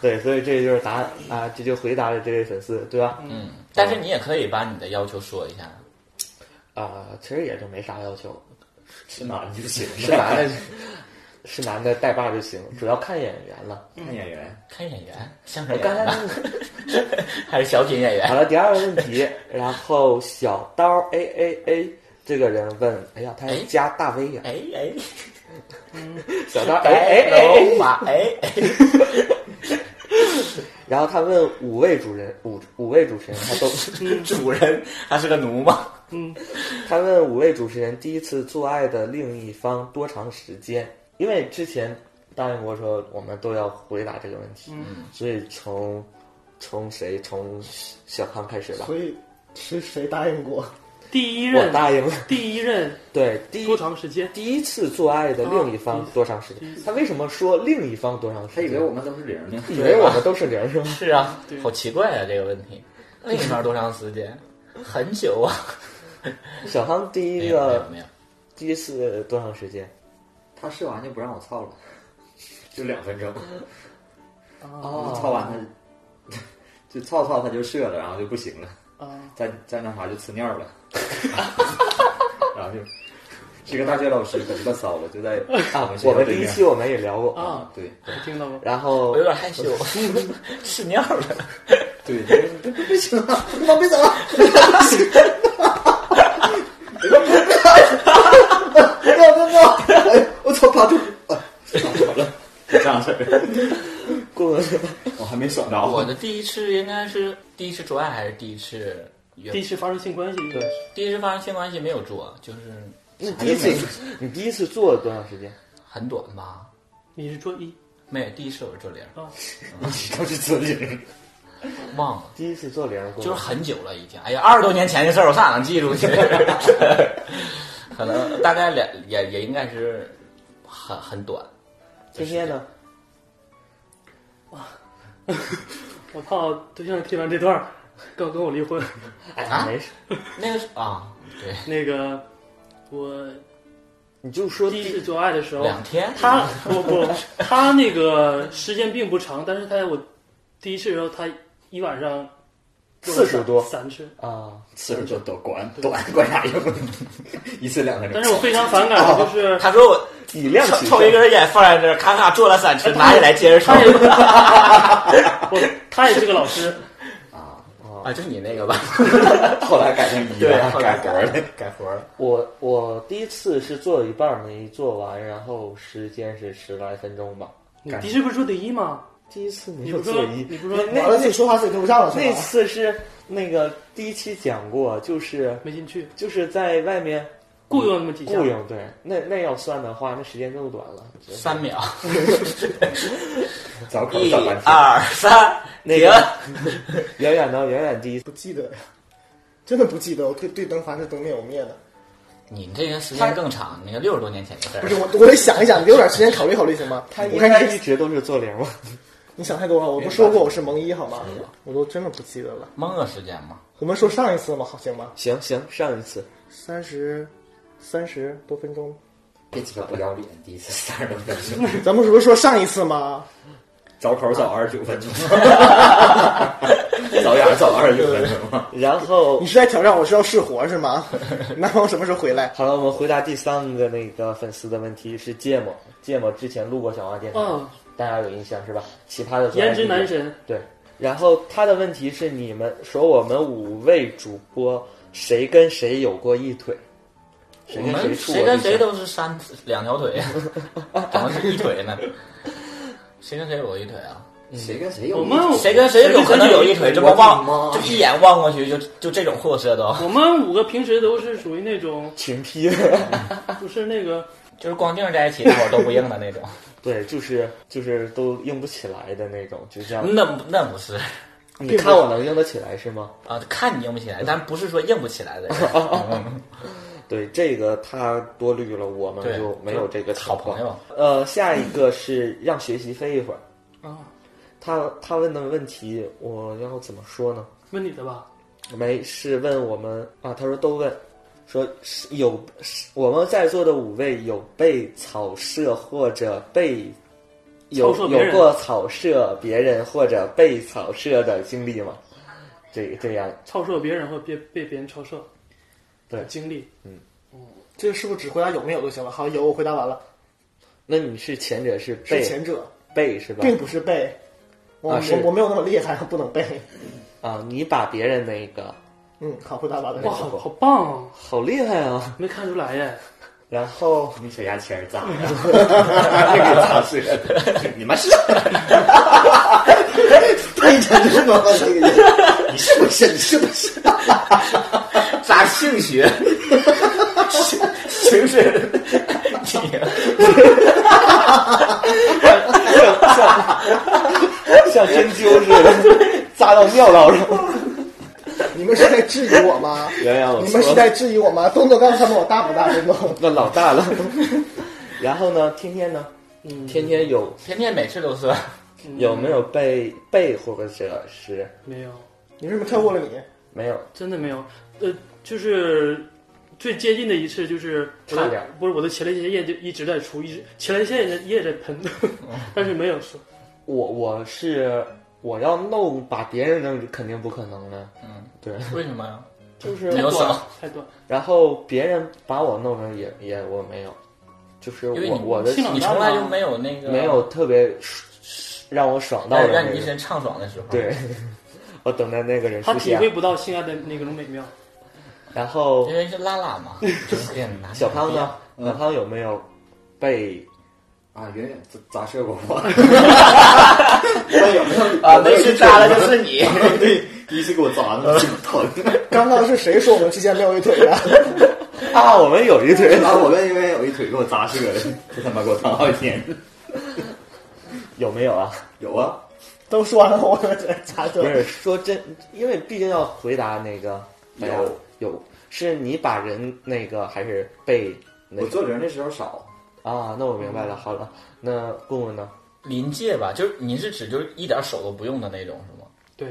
Speaker 10: 对，所以这就是答案啊，这就回答了这位粉丝，对吧？
Speaker 1: 嗯，但是你也可以把你的要求说一下。
Speaker 10: 啊、其实也就没啥要求，
Speaker 14: 是男的就行，
Speaker 10: 是男的，是男的带把就行，主要看眼缘了。
Speaker 14: 看演员，
Speaker 1: 看演员，相声
Speaker 10: 我
Speaker 1: 演
Speaker 10: 刚才
Speaker 1: 员
Speaker 10: 那
Speaker 1: 吧
Speaker 10: 个。
Speaker 1: 还是小品演
Speaker 10: 好
Speaker 1: 员？
Speaker 10: 了，第二个问题，然后小刀 A A A 这个人问，哎呀，他要加大 V 呀、
Speaker 1: 哎哎，
Speaker 10: 嗯小刀哎 A A
Speaker 1: 龙
Speaker 10: A，
Speaker 1: 马哎哎，
Speaker 10: 然后他问五位主人，五五位主持人，他都，
Speaker 1: 主人他是个奴吗？
Speaker 18: 嗯，
Speaker 10: 他问五位主持人第一次做爱的另一方多长时间？因为之前答应过说我们都要回答这个问题，
Speaker 18: 嗯
Speaker 10: 所以从从谁从小康开始吧，
Speaker 20: 所以是谁答应过？
Speaker 18: 第一
Speaker 10: 我
Speaker 18: 任
Speaker 10: 答应了。
Speaker 18: 第一任
Speaker 10: 对，第一
Speaker 18: 多长时间？啊
Speaker 10: 第一次做爱的另
Speaker 18: 哦
Speaker 10: 一方多长时间？他为什么说另一方多长时
Speaker 14: 他
Speaker 10: 间？
Speaker 14: 以为我们都是零呢，
Speaker 10: 以为我们都是零是吗？
Speaker 1: 是啊
Speaker 18: 对，
Speaker 1: 好奇怪啊这个问题。另一方多长时间？很久啊。
Speaker 10: 小康第
Speaker 1: 没
Speaker 10: 一
Speaker 1: 有没有
Speaker 10: 个
Speaker 1: 没有，
Speaker 10: 第一次多长时间？
Speaker 14: 他射完就不让我操了，就两分钟，
Speaker 18: 啊
Speaker 14: 操完他就 操操他就射了，然后就不行了，
Speaker 18: 啊！
Speaker 14: 再再那啥就呲尿了，然后就。是个大学老师，可乱骚了，就在
Speaker 10: 啊
Speaker 14: 们，学
Speaker 10: 我
Speaker 14: 校
Speaker 10: 们第
Speaker 14: 对
Speaker 10: 一
Speaker 14: 面
Speaker 10: 期我们也聊过，
Speaker 18: 啊，
Speaker 14: 对
Speaker 18: 我听到过。
Speaker 10: 然后
Speaker 1: 我有点害羞， 吃尿了。
Speaker 14: 对，不行
Speaker 1: 啊
Speaker 14: 啊了，妈别走了，
Speaker 1: 啊
Speaker 14: 不要不要，哎，我操，爬住，好了，这样式
Speaker 10: 过
Speaker 14: 我还没爽着
Speaker 1: 我的第一次应该是第一次做爱，还是第一次约
Speaker 18: 第一次发生性关系，对，
Speaker 1: 第一次发生性关系没有做，就是
Speaker 10: 你第一次你第一次做了多长时间？
Speaker 1: 很短吧。
Speaker 18: 你是做一
Speaker 1: 没有，第一次我是做零，
Speaker 18: 啊？
Speaker 14: 都是自己，
Speaker 1: 忘了，
Speaker 10: 第一次做零，
Speaker 1: 就是很久了已经。哎呀，二十多年前的事儿，我咋能 记住去？可能大概两也也应该是
Speaker 14: 很很短。
Speaker 1: 天天呢？
Speaker 18: 哇，我怕我对象听完这段儿跟跟我离婚。
Speaker 14: 啊，没事，那个是啊，对，
Speaker 18: 那个我
Speaker 1: 你就说
Speaker 18: 第一次做爱的
Speaker 10: 哦
Speaker 18: 时候，
Speaker 14: 两天
Speaker 18: 他不不，他那个时间并不长，但是他我第一次的时候，他一晚上
Speaker 1: 次数多
Speaker 18: 三次
Speaker 1: 啊，
Speaker 10: 次数就多，管短管啥用？ 一次两个人。
Speaker 18: 但是我非常反感
Speaker 5: 哦
Speaker 18: 的 就是
Speaker 14: 他说我
Speaker 1: 以量取
Speaker 14: 抽一根烟放在这儿，咔咔做了三次，拿起来接着抽。
Speaker 18: 不，他也是个老 师，
Speaker 14: 啊，就你那个吧，
Speaker 10: 后来改成一
Speaker 14: 对，
Speaker 10: 了，
Speaker 14: 后来
Speaker 10: 改活了。
Speaker 14: 改活了。
Speaker 1: 我我第一次是做了一半没做完，然后时间是十来分钟吧。
Speaker 18: 你第一次不是说得一吗？
Speaker 1: 第一次没
Speaker 18: 你
Speaker 1: 有
Speaker 18: 不
Speaker 1: 做
Speaker 18: 说
Speaker 1: 一，
Speaker 18: 你不说
Speaker 1: 那
Speaker 5: 完了自己说话自己跟不上了，是吧
Speaker 1: 那次是那个第一期讲过，就是
Speaker 18: 没进去，
Speaker 1: 就是在外面
Speaker 18: 雇佣那么几下
Speaker 1: 雇，佣，对，那那要算的话，那时间更短了。
Speaker 14: 三 秒，
Speaker 10: 早口
Speaker 14: 一
Speaker 10: 早半天。
Speaker 14: 二三，
Speaker 1: 那
Speaker 14: 停
Speaker 1: 个远远的远远第一
Speaker 5: 不记得呀，真的不记得。我对对灯还是灯灭我灭的，
Speaker 14: 你这个时间更长，那个六十多年前的事
Speaker 5: 不是
Speaker 14: 儿。
Speaker 5: 我，我得想一想，你给我点时间考虑考虑行吗？
Speaker 1: 他
Speaker 5: 我
Speaker 1: 应
Speaker 5: 看
Speaker 1: 该
Speaker 5: 你
Speaker 1: 一直都是做零吗？
Speaker 5: 你想太多了，我不说过我是萌一好吗？我都真的不记得了。
Speaker 14: 蒙个时间嘛，
Speaker 5: 我们说嗯上一次吗？好行吗？
Speaker 1: 行行，上一次
Speaker 5: 三十，三十多分钟。
Speaker 10: 别鸡巴不要脸，第一次 三十多分钟，
Speaker 5: 咱们是不是说上一次吗？
Speaker 10: 早口早二十九 分钟，早眼早二十九分钟。
Speaker 1: 然后
Speaker 5: 你是在挑战我是要试活是吗？ 那我什么时候回 来？
Speaker 1: 好了，我们回答第三个那个粉丝的问题是芥末，芥末之前录过小王电台，
Speaker 18: 嗯
Speaker 1: 大家有印象是吧？奇葩的专
Speaker 18: 颜
Speaker 1: 业
Speaker 18: 值男
Speaker 1: 地点
Speaker 18: 神，
Speaker 1: 对。然后他的问题是你们说我们五位主播谁跟谁有过一腿？谁跟
Speaker 14: 我们
Speaker 1: 处
Speaker 14: 谁
Speaker 1: 过
Speaker 14: 跟
Speaker 1: 一
Speaker 14: 谁
Speaker 1: 腿
Speaker 14: 都是三两 条腿，怎么是一腿呢？谁跟谁有一腿啊？
Speaker 10: 谁跟谁有？
Speaker 18: 我们
Speaker 1: 哦
Speaker 14: 谁跟谁有可能有一腿？这么望，
Speaker 10: 我的
Speaker 14: 就
Speaker 10: 妈
Speaker 14: 一眼望过去就就这种货色都，
Speaker 18: 我们五个平时都是属于那种
Speaker 1: 群批？
Speaker 18: 不是那个
Speaker 14: 就是光腚在一起，大伙都不硬的那种。
Speaker 1: 对，就是就是都硬不起来的那种，就像
Speaker 14: 那不那不是
Speaker 1: 你看我能硬得起来是吗？
Speaker 14: 啊，看你硬不起来，但不是说硬不起来的人。
Speaker 1: 哦
Speaker 14: 嗯
Speaker 1: 对，这个他多虑了，我们
Speaker 14: 对
Speaker 1: 就没有这个
Speaker 14: 好
Speaker 1: 情
Speaker 14: 朋
Speaker 1: 况。
Speaker 14: 友，
Speaker 1: 呃，下一个是让学习飞一会儿。
Speaker 18: 啊，
Speaker 1: 他他问的问题，我要怎么说呢？
Speaker 18: 问你的吧，
Speaker 1: 没是问我们啊，他说都问，说是有是我们在座的五位有被草射或者被有
Speaker 18: 操射别
Speaker 1: 有
Speaker 18: 人
Speaker 1: 过草射别人或者被草射的经历吗？这这样
Speaker 18: 超射别人或被被别人超射，
Speaker 1: 对
Speaker 18: 经历
Speaker 5: 这个是不是只回答有没有就行了？好，有我回答完了，
Speaker 1: 那你是前者是
Speaker 5: 是
Speaker 1: 被
Speaker 5: 前者，
Speaker 1: 被是吧？
Speaker 5: 并不是背。我、
Speaker 1: 啊是
Speaker 5: 我我没有那么厉害，不能背。
Speaker 1: 啊，你把别人那个
Speaker 5: 嗯，好，回答完了。
Speaker 18: 哇，好好棒哦，
Speaker 1: 好厉害啊！
Speaker 18: 没看出来耶，
Speaker 1: 然后
Speaker 10: 你小牙签 儿咋了？这个咋是？你们是？
Speaker 21: 对，真的是妈妈这个人，你是不是？你是不 是？
Speaker 14: 咋性学？情是 你
Speaker 1: 像针灸似的扎到尿道上。
Speaker 5: 你们是在质疑我吗？
Speaker 1: 原谅我
Speaker 5: 你们是在质疑我吗？东东刚才问我大不大，东东。
Speaker 1: 那老大 了。然后呢，天天呢，天天有
Speaker 14: 嗯天天每次都是
Speaker 1: 有没有被被或者是
Speaker 18: 没有，
Speaker 5: 你为什么跳过了你？
Speaker 1: 没有？
Speaker 18: 真的没有，呃，就是最接近的一次就是我
Speaker 1: 差点儿
Speaker 18: 的，不是我的前列腺液就一直在出，一直前列腺液也在喷，
Speaker 1: 嗯
Speaker 18: 但是没有射，
Speaker 1: 我我是我要弄把别人弄肯定不可能的，
Speaker 14: 嗯，
Speaker 1: 对，
Speaker 14: 为什么呀？
Speaker 1: 就是
Speaker 14: 没有
Speaker 18: 短
Speaker 14: 手，
Speaker 18: 了太短了，
Speaker 1: 然后别人把我弄成也也我没有，就是
Speaker 14: 因为
Speaker 1: 我
Speaker 14: 你
Speaker 1: 我的啊
Speaker 18: 性冷
Speaker 14: 你从来就没有那个
Speaker 1: 没有特别让我爽到
Speaker 14: 让
Speaker 1: 的
Speaker 14: 让
Speaker 1: 那
Speaker 14: 你一
Speaker 1: 个，
Speaker 14: 身畅爽的时候。
Speaker 1: 对， 我等待那个人
Speaker 18: 他
Speaker 1: 出
Speaker 18: 体
Speaker 1: 现
Speaker 18: 会，不到性爱的那种美妙，
Speaker 1: 然后
Speaker 14: 因为是拉拉 嘛。
Speaker 1: 小康呢？
Speaker 10: 嗯
Speaker 1: 小康有没有被
Speaker 10: 啊，远远咋咋射过 我？
Speaker 14: 啊，那是扎了就是你。
Speaker 10: 对，第一次给我砸的，疼。
Speaker 5: 刚刚是谁说我们之间没有一腿的？
Speaker 1: 啊？我们有一 腿，
Speaker 10: 然后我跟因为有一腿给我扎折了，这他妈给我疼好几天。
Speaker 1: 有没有啊？
Speaker 10: 有啊，
Speaker 5: 都说完了，我这插
Speaker 1: 不
Speaker 5: 队。
Speaker 1: 是说真，因为毕竟要回答那个
Speaker 10: 有啊
Speaker 1: 有有，是你把人那个还是被那
Speaker 10: 我
Speaker 1: 个
Speaker 10: 做零的时候少，
Speaker 1: 啊，那我明白了。好了，那棍棍呢？
Speaker 14: 临界吧，就是你是指就是一点手都不用的那种是吗？
Speaker 18: 对，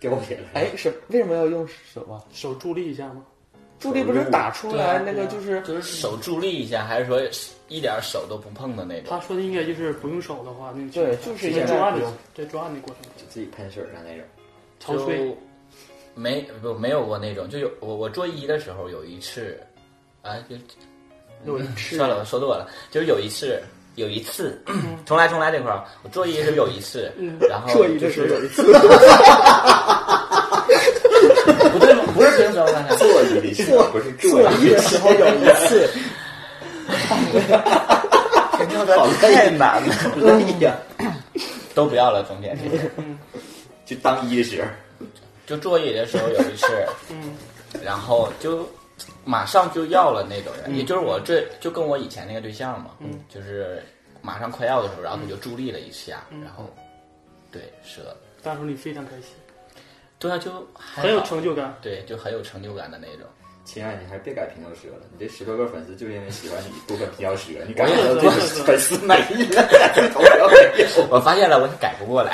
Speaker 17: 掉铁了。
Speaker 1: 哎，是为什么要用手啊？
Speaker 18: 手助力一下吗？
Speaker 1: 助力不是打出来那个，
Speaker 14: 就是就是手助力一下，还是说一点手都不碰的那种？
Speaker 18: 他说的应该就是不用手的话，那
Speaker 1: 对，就是
Speaker 18: 在抓的在抓的过程中，
Speaker 17: 自己喷水的那种。
Speaker 18: 潮吹，
Speaker 14: 没不没有过那种，就有我我做一的时候有一次，啊就
Speaker 18: 有
Speaker 1: 嗯
Speaker 18: 一次
Speaker 14: 算了，我说多了，就是有一次有一次， 重来重来这块儿，我做一的时候有一次，然后
Speaker 15: 做一的时候有一次。
Speaker 14: 不对吗？不是平手，刚才
Speaker 17: 坐椅的时候不是
Speaker 15: 坐椅的时候有一次，
Speaker 14: 平的太
Speaker 17: 啊
Speaker 14: 难了，
Speaker 15: 嗯
Speaker 14: 哎呀，都不要了，中间这些，
Speaker 17: 就当一时，
Speaker 14: 就坐椅的时候有一次，嗯，然后就马上就要了那种
Speaker 18: 嗯
Speaker 14: 人，也就是我这就跟我以前那个对象嘛，嗯，就是马上快要的时候，然后他就助力了一下，
Speaker 18: 嗯
Speaker 14: 然后对折了，
Speaker 18: 当时你非常开心。
Speaker 14: 对啊，就
Speaker 18: 很有成就感。
Speaker 14: 对，就很有成就感的那种。
Speaker 17: 亲爱，你还是别改平头蛇了。你这十多个粉丝就因为喜欢你部分平头蛇，你改成这粉丝没了，头条没有。
Speaker 14: 我发现了，我改不过来，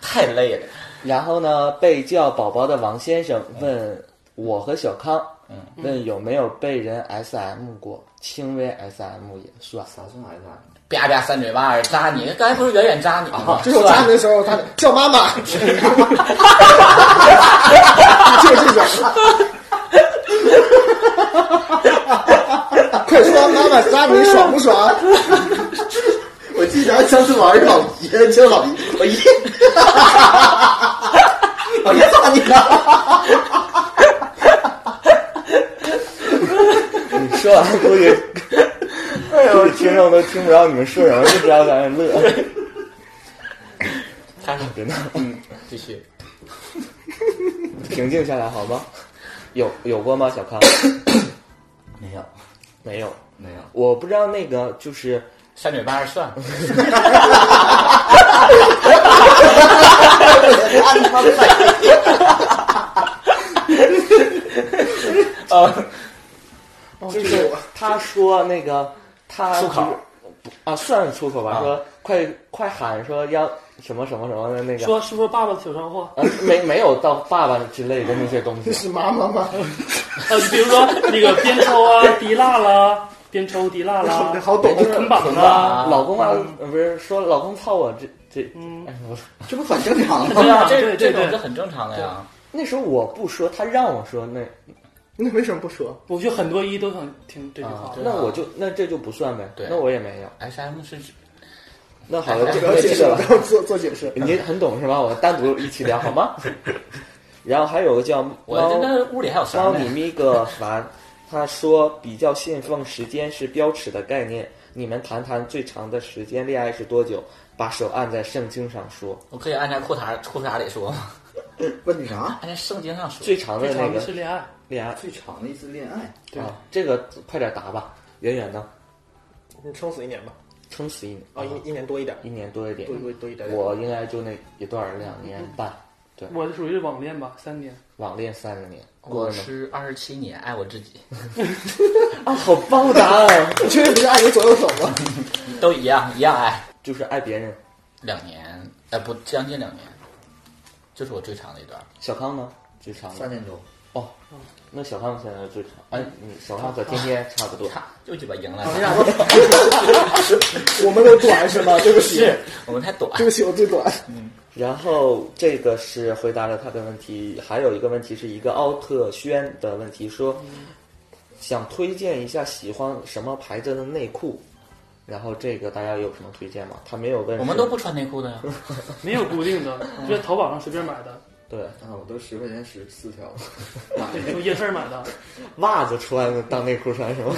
Speaker 14: 太累了。
Speaker 1: 然后呢，被叫宝宝的王先生问我和小康，嗯，问有没有被人 S M 过，轻微 S M 也算。
Speaker 17: 啥算 S M？
Speaker 14: 啪啪三嘴巴扎你，刚才不是远远扎你
Speaker 1: 啊
Speaker 14: 吗？
Speaker 15: 就是我扎你的时候，他叫妈妈，就是这种。快说妈妈扎你爽不爽？
Speaker 17: 我记得上次玩老爷，叫老爷，老 爷，老爷扎你
Speaker 1: 了。你说完估计。哎呦，听众都听不着你们说什么，就知道在那乐。
Speaker 14: 他是
Speaker 1: 别闹，
Speaker 14: 嗯，继续，
Speaker 1: 平静下来好吗？有有过吗，小康？
Speaker 17: 没有，
Speaker 1: 没有，
Speaker 17: 没有。
Speaker 1: 我不知道那个就是
Speaker 14: 三嘴 巴算。
Speaker 1: 啊！
Speaker 14: 哦
Speaker 1: 就是他说那个。他
Speaker 14: 出口
Speaker 1: 啊，算是出口吧。说快快喊说要什么什么什么的那个。
Speaker 18: 说是不是爸爸小脏话？
Speaker 1: 呃，没没有到爸爸之类的那些东西。
Speaker 15: 是妈妈吗？
Speaker 18: 呃，比如说那个边抽啊、滴蜡啦， 边抽滴蜡 啦，
Speaker 15: 好懂。
Speaker 18: 捆绑啦，
Speaker 1: 老公啊，
Speaker 14: 嗯
Speaker 1: 不是说老公操我这这，哎
Speaker 17: 这不很正常吗？
Speaker 14: 对 啊，这这种是很正常的呀。
Speaker 1: 那时候我不说，他让我说那。
Speaker 15: 那为什么不说？
Speaker 18: 我就很多一都想听这句话。
Speaker 1: 啊那我就那这就不算呗。
Speaker 14: 哦啊对，
Speaker 1: 那我也没有。
Speaker 14: S M 是指哎
Speaker 1: 那好了，
Speaker 15: 这个解释，我做做解释。
Speaker 1: 您很懂是吧？我单独一起聊好 吗？然后还有个叫
Speaker 14: 我那屋里还有
Speaker 1: 猫米咪个凡，他说比较信奉时间是标尺的概念。你们谈谈最长的时间恋爱是多久？把手按在圣经上说。
Speaker 14: 我可以按在裤衩裤衩里 说吗？
Speaker 15: 问你啥？
Speaker 14: 按在圣经上说。
Speaker 1: 最长的那个
Speaker 18: 是恋爱。
Speaker 1: 恋爱
Speaker 17: 最长的一次恋爱，
Speaker 18: 对、啊，
Speaker 1: 这个快点答吧。圆圆呢？
Speaker 15: 你撑死一年吧，
Speaker 1: 撑死一年
Speaker 15: 啊，一一年多一点，
Speaker 1: 一年多一点，
Speaker 15: 多多多一点。
Speaker 1: 我应该就那一段两年半，对。
Speaker 18: 我是属于网恋吧，三年。
Speaker 1: 网恋三十年，
Speaker 14: 我是二十七年，爱我自己。
Speaker 1: 啊，好棒的答案！
Speaker 15: 你确定不是爱你左右手吗？
Speaker 14: 都一样，一样爱，
Speaker 1: 啊就是爱别人。
Speaker 14: 两年，哎、呃，不，将近两年，这、就是我最长的一段。
Speaker 1: 小康呢？最长
Speaker 17: 三年多。
Speaker 1: 哦。那小胖现在最长，哎，
Speaker 14: 嗯
Speaker 1: 你小胖和天天差不多，
Speaker 14: 啊
Speaker 1: 啊
Speaker 14: 就鸡巴赢了。
Speaker 15: 我们都短是吗？对不起，
Speaker 14: 我们太短。
Speaker 15: 对不起，我最短。
Speaker 1: 嗯。然后这个是回答了他的问题，还有一个问题是一个奥特轩的问题，说
Speaker 14: 嗯
Speaker 1: 想推荐一下喜欢什么牌子的内裤，然后这个大家有什么推荐吗？他没有问。
Speaker 14: 我们都不穿内裤的呀，
Speaker 18: 没有固定的，就在淘宝上随便买的。
Speaker 1: 对
Speaker 17: 啊，我都十块钱十四 条，
Speaker 14: 啊
Speaker 18: 从夜市买的，
Speaker 1: 袜子穿当内裤穿是吗？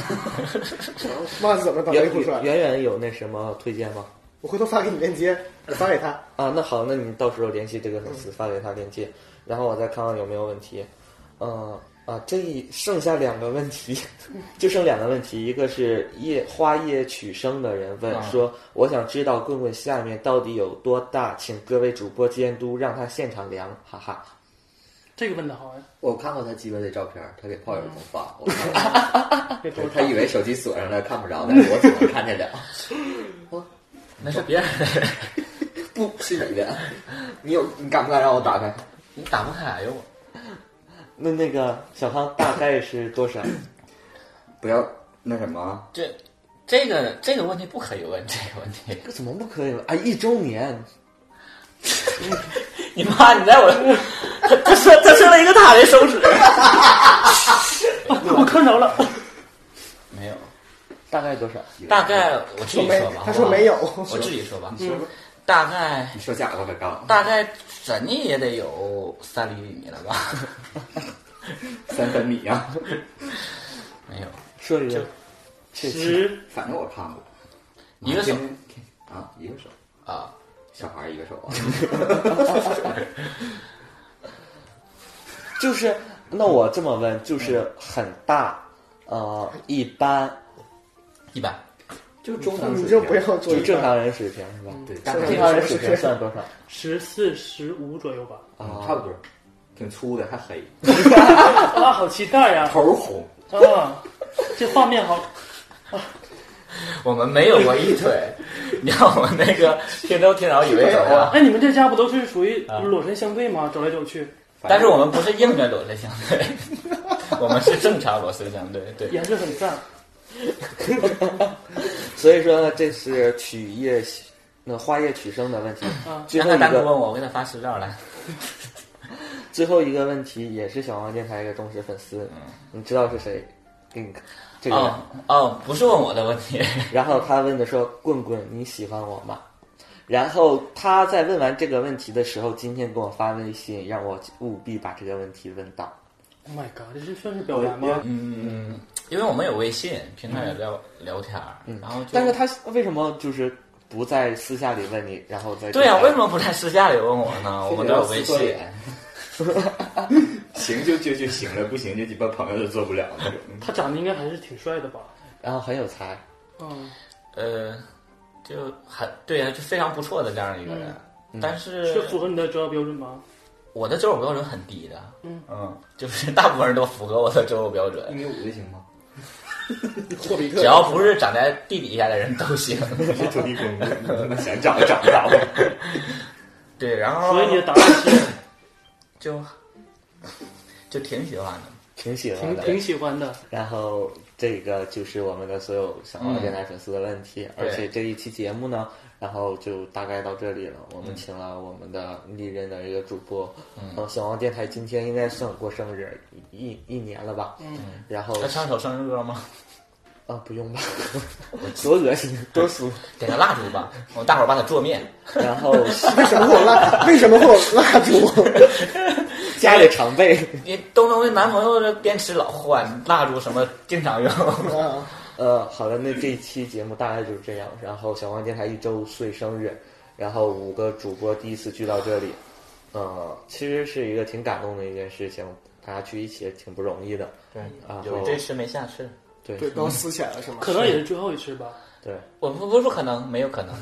Speaker 15: 袜子怎么当内裤穿？
Speaker 1: 远远有那什么推荐吗？
Speaker 15: 我回头发给你链 接，我发给他
Speaker 1: 啊。那好，那你到时候联系这个粉丝，发给他链接，然后我再看看有没有问题。嗯、呃、啊，这剩下两个问题， 就剩两个问题，一个是叶花叶取生的人
Speaker 15: 啊
Speaker 1: 问、嗯、说，我想知道棍棍下面到底有多大，请各位主播监督，让他现场量，哈哈。
Speaker 18: 这个问的 好呀！
Speaker 17: 我看过他鸡巴的照片，他给炮友都发，我 看过
Speaker 1: 哎
Speaker 17: 他以为手机锁上了看不着，但是我总能看 见了。哦
Speaker 14: 我那是别人的，
Speaker 17: 不是你的。你有你敢不敢让我打开？
Speaker 14: 你打不开哟、啊。
Speaker 1: 那那个小康大概是多少？
Speaker 17: 不要那什么。
Speaker 14: 这这个这个问题不可以问，这个问题
Speaker 1: 这怎么不可以
Speaker 17: 啊
Speaker 1: 问？哎，一周年。
Speaker 14: 你妈！你在我，他他说他说了一个他的手指，
Speaker 18: 我看着了，
Speaker 14: 没有，
Speaker 1: 大概多少？
Speaker 14: 大概我自己说吧。
Speaker 15: 他说没有，
Speaker 14: 我自己说吧。嗯、大概
Speaker 17: 你说假的吧，刚
Speaker 14: 大概怎地也得有三厘米了吧？
Speaker 17: 三分米啊？
Speaker 14: 没有，
Speaker 1: 说一个
Speaker 18: 十，
Speaker 17: 反正我看过，
Speaker 14: 一个手
Speaker 17: 啊，一个手
Speaker 14: 啊。
Speaker 17: 小孩一个手，
Speaker 1: 就是那我这么问，就是很大，呃，一般，
Speaker 14: 一般，
Speaker 17: 就中等嗯
Speaker 15: 水平，你就不要做
Speaker 1: 正常人水平是吧？
Speaker 17: 对，
Speaker 1: 正常人水平算多少？
Speaker 18: 十四十五左右吧。
Speaker 17: 啊，差不多，挺粗的，还黑。
Speaker 18: 啊，好期待呀！
Speaker 17: 头红
Speaker 18: 啊，这画面好。
Speaker 14: 我们没有过 一腿，你看我们那个听众听着以为什么、啊？
Speaker 18: 哎，你们这家不都是属
Speaker 1: 啊
Speaker 18: 于裸身相对吗？走来走去。
Speaker 14: 但是我们不是硬着裸身相对， 我们是正常裸身相对。对，
Speaker 18: 颜值很赞。
Speaker 1: 所以说呢，这是取叶那花叶取生的问题。
Speaker 18: 啊，
Speaker 1: 最后一
Speaker 14: 单独
Speaker 1: 个
Speaker 14: 问我，我给他发私照来。
Speaker 1: 最后一个问题也是小王电台一个忠实粉丝，嗯、你知道是谁？给你看。这个
Speaker 14: 哦哦，不是问我的问题。
Speaker 1: 然后他问的说：“棍棍，你喜欢我吗？”然后他在问完这个问题的时候，今天给我发微信，让我务必把这个问题问到。
Speaker 18: Oh my god，这是算是表白吗？
Speaker 14: 嗯，因为我们有微信，平常也聊聊天儿。
Speaker 1: 嗯，
Speaker 14: 然后
Speaker 1: 但是他为什么就是不在私下里问你，然后再
Speaker 14: 对呀、啊？为什么不在私下里问我 呢？我们都有微信。
Speaker 17: 行就就就行了，不行就鸡巴朋友都做不了那种。
Speaker 18: 他长得应该还是挺帅的吧？
Speaker 1: 然后啊很有才，
Speaker 18: 嗯，
Speaker 14: 呃，就很对啊，就非常不错的这样一个人。
Speaker 1: 嗯
Speaker 14: 但是
Speaker 18: 是符合你的择偶标准吗？
Speaker 14: 我的择偶标准很低的，
Speaker 18: 嗯
Speaker 14: 嗯，就是大部分人都符合我的择偶标准。
Speaker 17: 一米五的行吗？
Speaker 15: 霍比特，
Speaker 14: 只要不是长在地底下的人都行。
Speaker 17: 是土地公公，想长也长不着。
Speaker 14: 对，然后
Speaker 18: 所以你的答案 是。
Speaker 14: 就就挺喜欢的，
Speaker 1: 挺喜欢
Speaker 18: 挺
Speaker 1: 的，
Speaker 18: 挺喜欢的。
Speaker 1: 然后这个就是我们的所有小黄电台粉丝的问题，
Speaker 14: 对
Speaker 1: 而且这一期节目呢，然后就大概到这里了。我们请了我们的历任的一个主播，然后小黄电台今天应该算过生日一一年了吧？
Speaker 18: 嗯，
Speaker 1: 然后
Speaker 14: 要唱首生日歌吗？
Speaker 1: 啊，不用吧，多恶心，多俗。
Speaker 14: 点个蜡烛吧，我们大伙儿把它做灭。
Speaker 1: 然后
Speaker 15: 为什么会有蜡？为什么会有蜡烛？
Speaker 1: 家里常备，
Speaker 14: 你东东的男朋友这电池老换，蜡烛什么经常用。
Speaker 1: 呃，好的，那这一期节目大概就是这样。然后小黄电台一周岁生日，然后五个主播第一次聚到这里，呃，其实是一个挺感动的一件事情，大家聚一起也挺不容易的。
Speaker 14: 对
Speaker 1: 然后
Speaker 14: 有这吃没下吃，
Speaker 1: 对
Speaker 15: 对，都撕起来了是吗？
Speaker 18: 可能也是最后一次吧。
Speaker 1: 对，
Speaker 14: 我不不不可能，没有可能。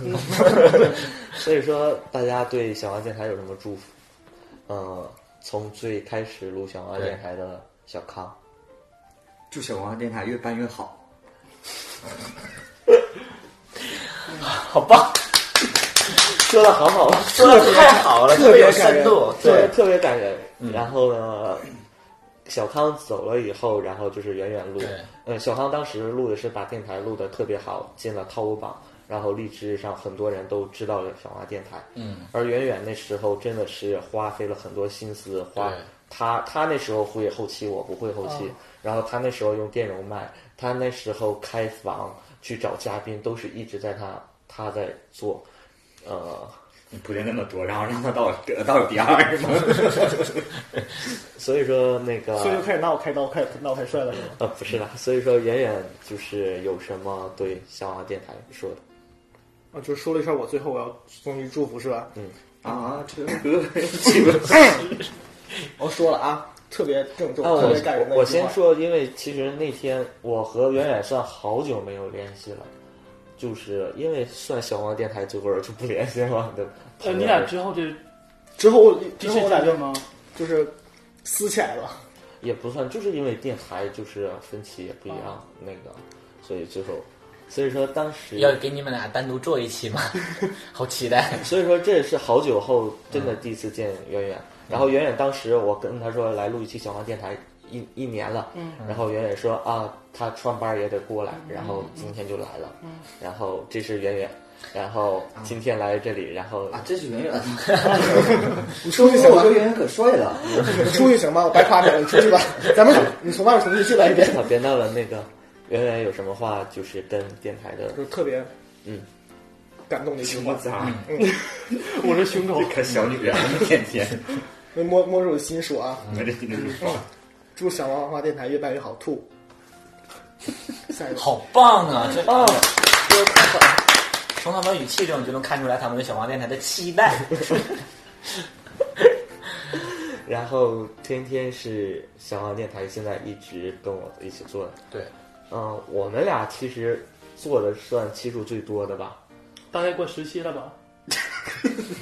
Speaker 1: 所以说大家对小王电台有什么祝福？呃，从最开始录小王电台的小康，
Speaker 17: 祝小王电台越办越好。
Speaker 14: 好棒，
Speaker 1: 说的好好，
Speaker 14: 说的太好了，
Speaker 15: 特别
Speaker 14: 有
Speaker 15: 感
Speaker 14: 深
Speaker 15: 人
Speaker 14: 度。
Speaker 1: 对，特别感人。
Speaker 14: 嗯
Speaker 1: 然后呢，小康走了以后，然后就是远远录
Speaker 14: 对。
Speaker 1: 嗯，小康当时录的是把电台录的特别好，进了 top 榜，然后荔枝上很多人都知道了小王电台。
Speaker 14: 嗯，
Speaker 1: 而远远那时候真的是花费了很多心思，花
Speaker 14: 对
Speaker 1: 他他那时候会后期，我不会后期，
Speaker 18: 哦
Speaker 1: 然后他那时候用电容麦，他那时候开房去找嘉宾，都是一直在他他在做，呃，
Speaker 17: 你铺垫那么多，然后让他到到有第二吗？
Speaker 1: 所以说那个
Speaker 15: 所以就开始拿我开刀，开拿我开涮了是吗？
Speaker 1: 呃不是啦，所以说远远就是有什么对小王电台说的，
Speaker 15: 啊，就说了一下我最后我要送一祝福是吧？
Speaker 1: 嗯
Speaker 17: 啊，这个 鸡巴
Speaker 15: 我说了啊，特别郑重，
Speaker 1: 啊
Speaker 15: 特
Speaker 1: 我
Speaker 15: 别感人的一句话。
Speaker 1: 我先说，因为其实那天我和远远算好久没有联系了。就是因为算小王电台这会儿就不联系了，对吧
Speaker 18: 呃，你俩之后这
Speaker 15: 之后，之
Speaker 18: 这
Speaker 15: 后我俩就
Speaker 18: 吗？
Speaker 15: 就是
Speaker 22: 撕起来了。
Speaker 1: 也不算，就是因为电台就是分歧也不一样，那个，所以最后，所以说当时
Speaker 14: 要给你们俩单独做一期嘛， 好期待。
Speaker 1: 所以说这也是好久后真的第一次见圆圆，然后圆圆当时我跟他说来录一期小黄电台一一年了，
Speaker 18: 嗯
Speaker 1: 然后圆圆说啊他上班也得过来，
Speaker 18: 嗯
Speaker 1: 然后今天就来了，
Speaker 18: 嗯
Speaker 1: 然后这是圆圆。然后
Speaker 14: 嗯
Speaker 1: 今天来这里，然后
Speaker 23: 啊，这是 圆圆，
Speaker 22: 你出去行
Speaker 23: 我
Speaker 22: 吗
Speaker 23: 跟？圆圆可帅了，
Speaker 22: 你 出去行吗？我白夸你了，你出去吧。咱们你从外面重新进来一遍。
Speaker 1: 啊，别闹了，那个圆圆有什么话就是跟电台的，
Speaker 22: 就是特别
Speaker 1: 嗯，
Speaker 22: 感动的一句话
Speaker 23: 么渣。
Speaker 22: 嗯，
Speaker 18: 我这胸口
Speaker 23: 这可小女人了，天 天，
Speaker 22: 摸摸入心说啊，
Speaker 23: 你们这你这是爽。
Speaker 22: 祝小王花电台越办越好， 吐。下一个，
Speaker 14: 好棒啊！这
Speaker 22: 啊，
Speaker 14: 这太好了。从他们语气中你就能看出来他们对小王电台的期待。
Speaker 1: 然后天天是小王电台现在一直跟我一起做的，
Speaker 14: 对，
Speaker 1: 嗯，我们俩其实做的算期数最多的吧，
Speaker 18: 大概过十期了吧？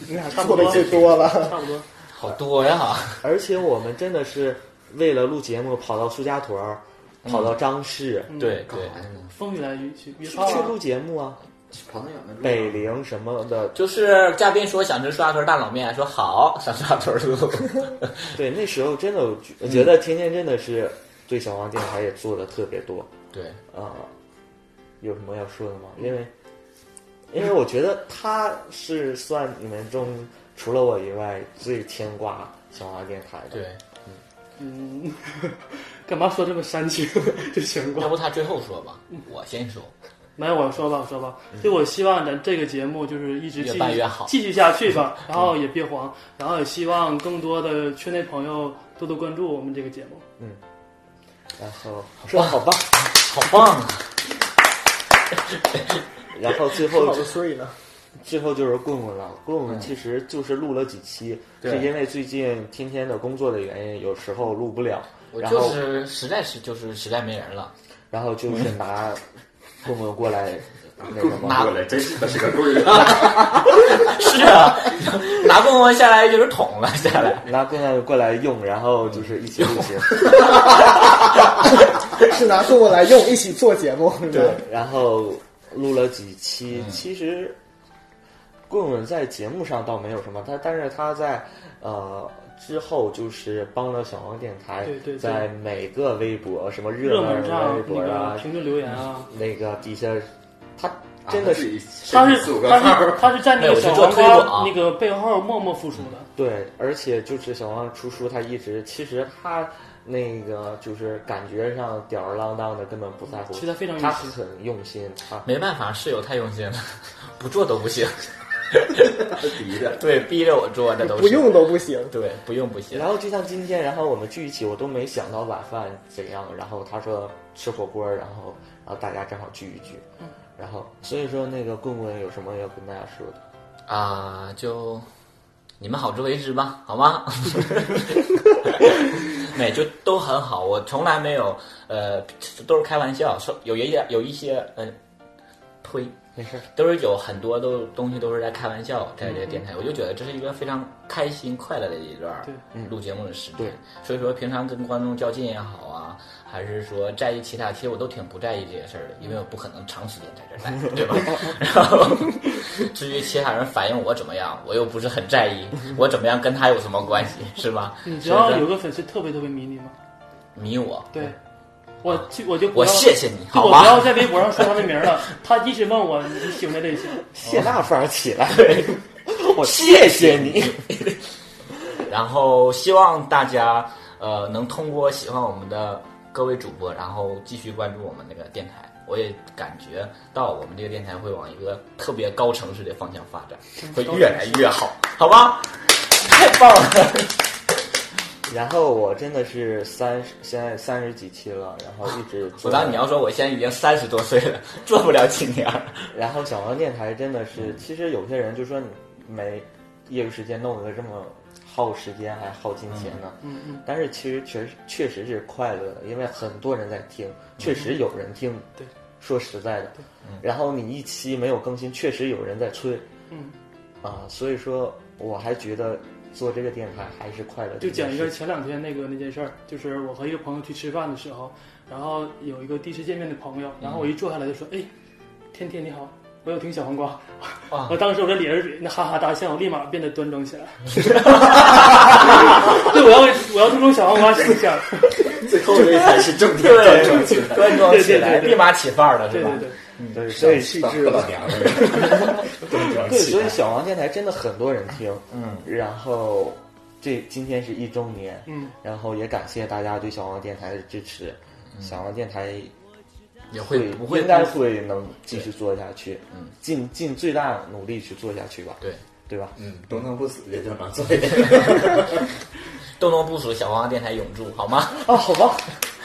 Speaker 22: 你俩
Speaker 18: 差不
Speaker 22: 做的最多了。
Speaker 18: 差不多。
Speaker 14: 好多呀！
Speaker 1: 而且我们真的是为了录节目跑到苏家屯儿，
Speaker 14: 嗯
Speaker 1: 跑到张市，
Speaker 18: 嗯
Speaker 14: 对对，
Speaker 18: 风雨来雨去，约炮
Speaker 1: 去
Speaker 18: 啊
Speaker 1: 录节目啊，
Speaker 23: 跑那远的路
Speaker 1: 北陵什么的，
Speaker 14: 就是嘉宾说想吃苏家屯大冷面，说好上苏家屯录。 嗯
Speaker 1: 对，那时候真的我觉我觉得天天真的是对小王电台也做的特别多，
Speaker 14: 对，
Speaker 1: 啊、有什么要说的吗？因为，因为我觉得他是算你们中除了我以外最牵挂小王电台的。
Speaker 14: 对，
Speaker 18: 嗯，干嘛说这么煽情？ 这情况
Speaker 14: 要。不他最后说吧，我先说。
Speaker 18: 没有，我说吧，我说吧，
Speaker 1: 嗯
Speaker 18: 就我希望咱这个节目就是一直继续
Speaker 14: 越办越好
Speaker 18: 继续下去吧，
Speaker 1: 嗯
Speaker 18: 然后也别黄，然后也希望更多的圈内朋友多多关注我们这个节目。
Speaker 1: 嗯，然后说好棒，
Speaker 14: 好棒啊！
Speaker 1: 然后最
Speaker 22: 老
Speaker 1: 后
Speaker 22: 子所以呢，
Speaker 1: 最后就是棍棍了，棍
Speaker 22: 嗯
Speaker 1: 棍其实就是录了几期，
Speaker 14: 对
Speaker 1: 是因为最近天天的工作的原因，有时候录不了，
Speaker 14: 我
Speaker 1: 然
Speaker 14: 就
Speaker 1: 后
Speaker 14: 是实在是就是实在没人了，
Speaker 1: 然后
Speaker 14: 嗯
Speaker 1: 就是拿棍棍过 来那个
Speaker 14: 拿
Speaker 1: 嘛，
Speaker 23: 过来真是的是个 棍儿啊！
Speaker 14: 是啊，拿公文下来就是捅了下来。
Speaker 1: 拿棍棍过来用，然后就是一起录节目。
Speaker 22: 是拿动物来用一起做节目。是吧
Speaker 1: 对，然后录了几期，
Speaker 14: 嗯
Speaker 1: 其实棍棍在节目上倒没有什么，他但是他在呃。之后就是帮了小王电台
Speaker 18: 对对对，
Speaker 1: 哎在每个微博什么
Speaker 18: 热
Speaker 1: 热
Speaker 18: 门
Speaker 1: 门
Speaker 18: 上
Speaker 1: 微博
Speaker 18: 那
Speaker 1: 啊嗯
Speaker 18: 个、评论留言啊，
Speaker 1: 那个底下，他
Speaker 23: 啊
Speaker 1: 真的是、
Speaker 18: 他是
Speaker 23: 四五个
Speaker 18: 他
Speaker 23: 号
Speaker 18: 是
Speaker 23: 儿，
Speaker 18: 他是在那
Speaker 1: 哎
Speaker 14: 没有
Speaker 18: 个
Speaker 14: 我是
Speaker 18: 小
Speaker 14: 做
Speaker 18: 黄
Speaker 14: 推
Speaker 18: 瓜
Speaker 14: 广
Speaker 18: 那个背后默默付出的。
Speaker 1: 嗯对，而且就是小王出书，他一直其实他那个就是感觉上吊儿郎当的，根本不在乎，
Speaker 18: 其实他非常
Speaker 1: 他
Speaker 18: 用心
Speaker 1: 很用心，他
Speaker 14: 没办法，室友太用心了，不做都不行。
Speaker 23: 敌的。
Speaker 14: 对，逼着我做，这都是
Speaker 22: 不用都不行。
Speaker 14: 对，不用不行
Speaker 1: 然。后就像今天，然后我们聚一起，我都没想到晚饭怎样。然后他说吃火锅，然后然后大家正好聚一聚，
Speaker 22: 嗯
Speaker 1: 然后所以说那个棍棍有什么要跟大家说的？
Speaker 14: 啊、就你们好自为之吧，好吗？ 每就都很好，我从来没有呃，都是开玩笑，说有一些有一些嗯、推
Speaker 1: 没事儿，
Speaker 14: 都是有很多都东西都是在开玩笑，在这个电台，我就觉得这是一个非常开心快乐的一段儿
Speaker 18: 对
Speaker 14: 录节目的时间。
Speaker 1: 对
Speaker 14: 所以说平常跟观众较劲也好啊，还是说在意其他，其实我都挺不在意这些事儿的，因为我不可能长时间在这儿待，着，对吧？然后至于其他人反应我怎么样，我又不是很在意，我怎么样跟他有什么关系，是吧？
Speaker 18: 你
Speaker 1: 嗯
Speaker 18: 只要
Speaker 14: 所以说
Speaker 18: 有个粉丝特别特别迷你嘛，
Speaker 14: 迷我，
Speaker 18: 对，我去我就
Speaker 1: 嗯
Speaker 18: 不
Speaker 14: 我
Speaker 18: 要
Speaker 14: 谢谢你，
Speaker 18: 对
Speaker 14: 好
Speaker 18: 我不要
Speaker 14: 吧？
Speaker 18: 在微博上说他的名儿了，他一直问我你喜欢的类型，
Speaker 1: 谢大方起 来，我谢谢你。
Speaker 14: 然后希望大家呃能通过喜欢我们的各位主播，然后继续关注我们那个电台。我也感觉到我们这个电台会往一个特别高层次的方向发展，会越来越好，好吧？太棒了！
Speaker 1: 然后我真的是三十，现在三十几期了，然后一直
Speaker 14: 我
Speaker 1: 做。
Speaker 14: 当你要说我现在已经三十多岁了，做不了几年儿。 嗯
Speaker 1: 然后小王电台真的是，其实有些人就说你没业余时间弄得这么耗时间还耗金钱呢，
Speaker 18: 嗯嗯，
Speaker 1: 但是其实确实确实是快乐的，因为很多人在听，确实有人听。
Speaker 18: 对，
Speaker 1: 说实在的，
Speaker 14: 嗯
Speaker 1: 然后你一期没有更新，确实有人在催
Speaker 18: 嗯，
Speaker 14: 嗯
Speaker 1: 啊，所以说我还觉得做这个电台还是快乐。
Speaker 18: 就讲一个前两天那个那件事儿，就是我和一个朋友去吃饭的时候，然后有一个第一次见面的朋友，然后我一坐下来就说：“哎，天天你好。”我有听小黄瓜，我当时我这咧着嘴，那哈哈大笑，我立马变得端庄起来。对，我要我要注重小黄瓜形象。
Speaker 17: 最后这才是重点，端庄起来，
Speaker 14: 端庄起来，立马起范儿了，
Speaker 18: 是
Speaker 14: 吧？
Speaker 18: 对对对
Speaker 1: 对，所以气质
Speaker 17: 老娘们，
Speaker 1: 对，所以小王电台真的很多人听，
Speaker 14: 嗯，
Speaker 1: 然后这今天是一周年，
Speaker 18: 嗯，
Speaker 1: 然后也感谢大家对小王电台的支持，小王电台
Speaker 14: 也会不会
Speaker 1: 应该会能继续做下去，
Speaker 14: 嗯，
Speaker 1: 尽尽最大努力去做下去吧，
Speaker 14: 对
Speaker 1: 对吧？
Speaker 17: 嗯，东东不死也就能做一点，
Speaker 14: 东东不死，小黄电台永驻，好吗？
Speaker 1: 哦，好吧，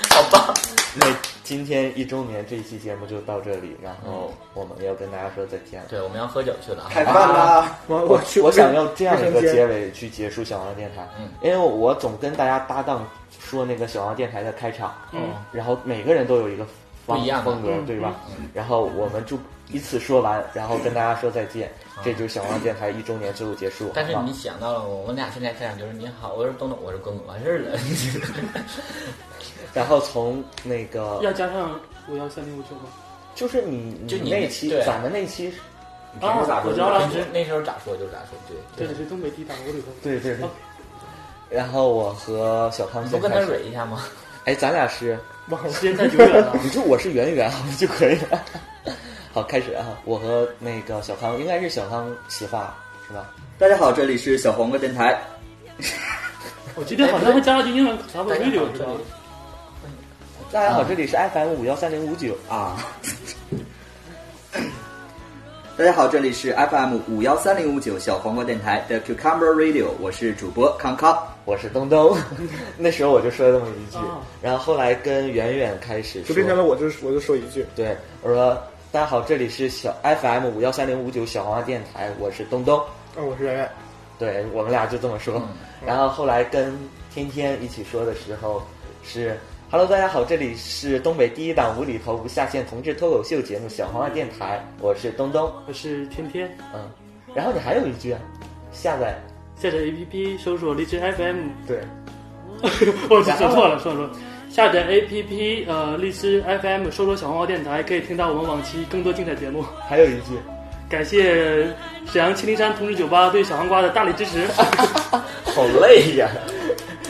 Speaker 14: 好吧，
Speaker 1: 那今天一周年这一期节目就到这里，然后我们要跟大家说再见了。啊
Speaker 14: 对，我们要喝酒去了，啊
Speaker 5: 开饭啦！
Speaker 15: 我
Speaker 1: 我
Speaker 15: 去，
Speaker 1: 我想要这样一个
Speaker 15: 卫生
Speaker 1: 结
Speaker 15: 间
Speaker 1: 尾去结束小王电台，
Speaker 14: 嗯
Speaker 1: 因为我总跟大家搭档说那个小王电台的开场，
Speaker 18: 嗯
Speaker 1: 然后每个人都有一个方
Speaker 14: 不一样的
Speaker 1: 风格，
Speaker 18: 嗯
Speaker 1: 对吧？然后我们就依次说完，然后跟大家说再见，这就是小王电台一周年之后结束。
Speaker 14: 但是
Speaker 1: 好吗
Speaker 14: 你想到了我，我们俩现在开场就是你好，我是东东，我是滚滚完事儿了。
Speaker 1: 然后从那个
Speaker 18: 要加上五幺三零五九吗？
Speaker 1: 就是 你
Speaker 14: 就你
Speaker 1: 那期
Speaker 14: 对
Speaker 1: 咱们那期
Speaker 18: 啊，我知道了
Speaker 14: 平，时那时候咋说就咋说，对，
Speaker 18: 对，是东北地道，我里头。
Speaker 1: 对对对
Speaker 18: 啊，
Speaker 1: 然后我和小康
Speaker 14: 哦你不
Speaker 1: 先
Speaker 14: 跟
Speaker 1: 开
Speaker 14: 他
Speaker 1: 始，
Speaker 14: 蕊一下吗？
Speaker 1: 哎，咱俩是。
Speaker 18: 忘了，时间太久远了。
Speaker 1: 你说我是圆圆，好就可以了。好，开始啊！我和那个小康，应该是小康企划是吧？
Speaker 17: 大家好，这里是小黄瓜电台，
Speaker 18: 我哦今天好像还加了句英文啥
Speaker 14: 大
Speaker 18: w
Speaker 14: 家
Speaker 18: i d
Speaker 14: 好
Speaker 18: e 是
Speaker 14: 这
Speaker 18: 吧
Speaker 14: 里？
Speaker 1: 大家好，这里是 FM 五幺三零五九，
Speaker 17: 啊。 大家好，这里是 FM 五幺三零五九小黄瓜电台的 Cucumber Radio，我是主播康康。
Speaker 1: 我是东东。 那时候我就说了这么一句
Speaker 18: 啊，
Speaker 1: 然后后来跟圆圆开始
Speaker 15: 哦就
Speaker 1: 说，
Speaker 15: 变成了我就我就说一句，
Speaker 1: 对我说：“大家好，这里是小 FM 五幺三零五九小黄花电台，我是东东。
Speaker 15: 啊，我是圆圆，”
Speaker 1: 对我们俩就这么说。
Speaker 17: 嗯
Speaker 1: 然后后来跟天天一起说的时候是。Hello，大家好，这里是东北第一档无厘头无下限同志脱口秀节目小黄花电台，我是东东。
Speaker 18: 我是天天，
Speaker 1: 嗯，然后你还有一句啊，下载
Speaker 18: 下载 APP 搜索荔枝 FM，
Speaker 1: 对，
Speaker 18: 我说错了，说错了。下载 APP，呃，荔枝 FM 搜索小黄瓜电台，可以听到我们往期更多精彩节目。
Speaker 1: 还有一句，
Speaker 18: 感谢沈阳七零三同志酒吧对小黄瓜的大力支 持。
Speaker 1: 好累呀。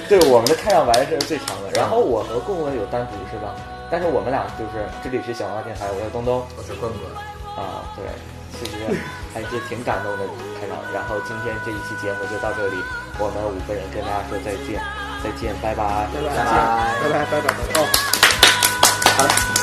Speaker 1: 对，我们的开场白是最长的。然后我和棍棍有单独是吧？但是我们俩就是这里是小黄电台，我是东东
Speaker 14: 我是棍棍，
Speaker 1: 啊，对，其实还是挺感动的开场。然后今天这一期节目就到这里，我们五个人跟大家说再见，再见，拜拜
Speaker 15: 拜拜，
Speaker 14: 拜
Speaker 15: 拜拜，拜拜，拜拜。哦
Speaker 17: 好了，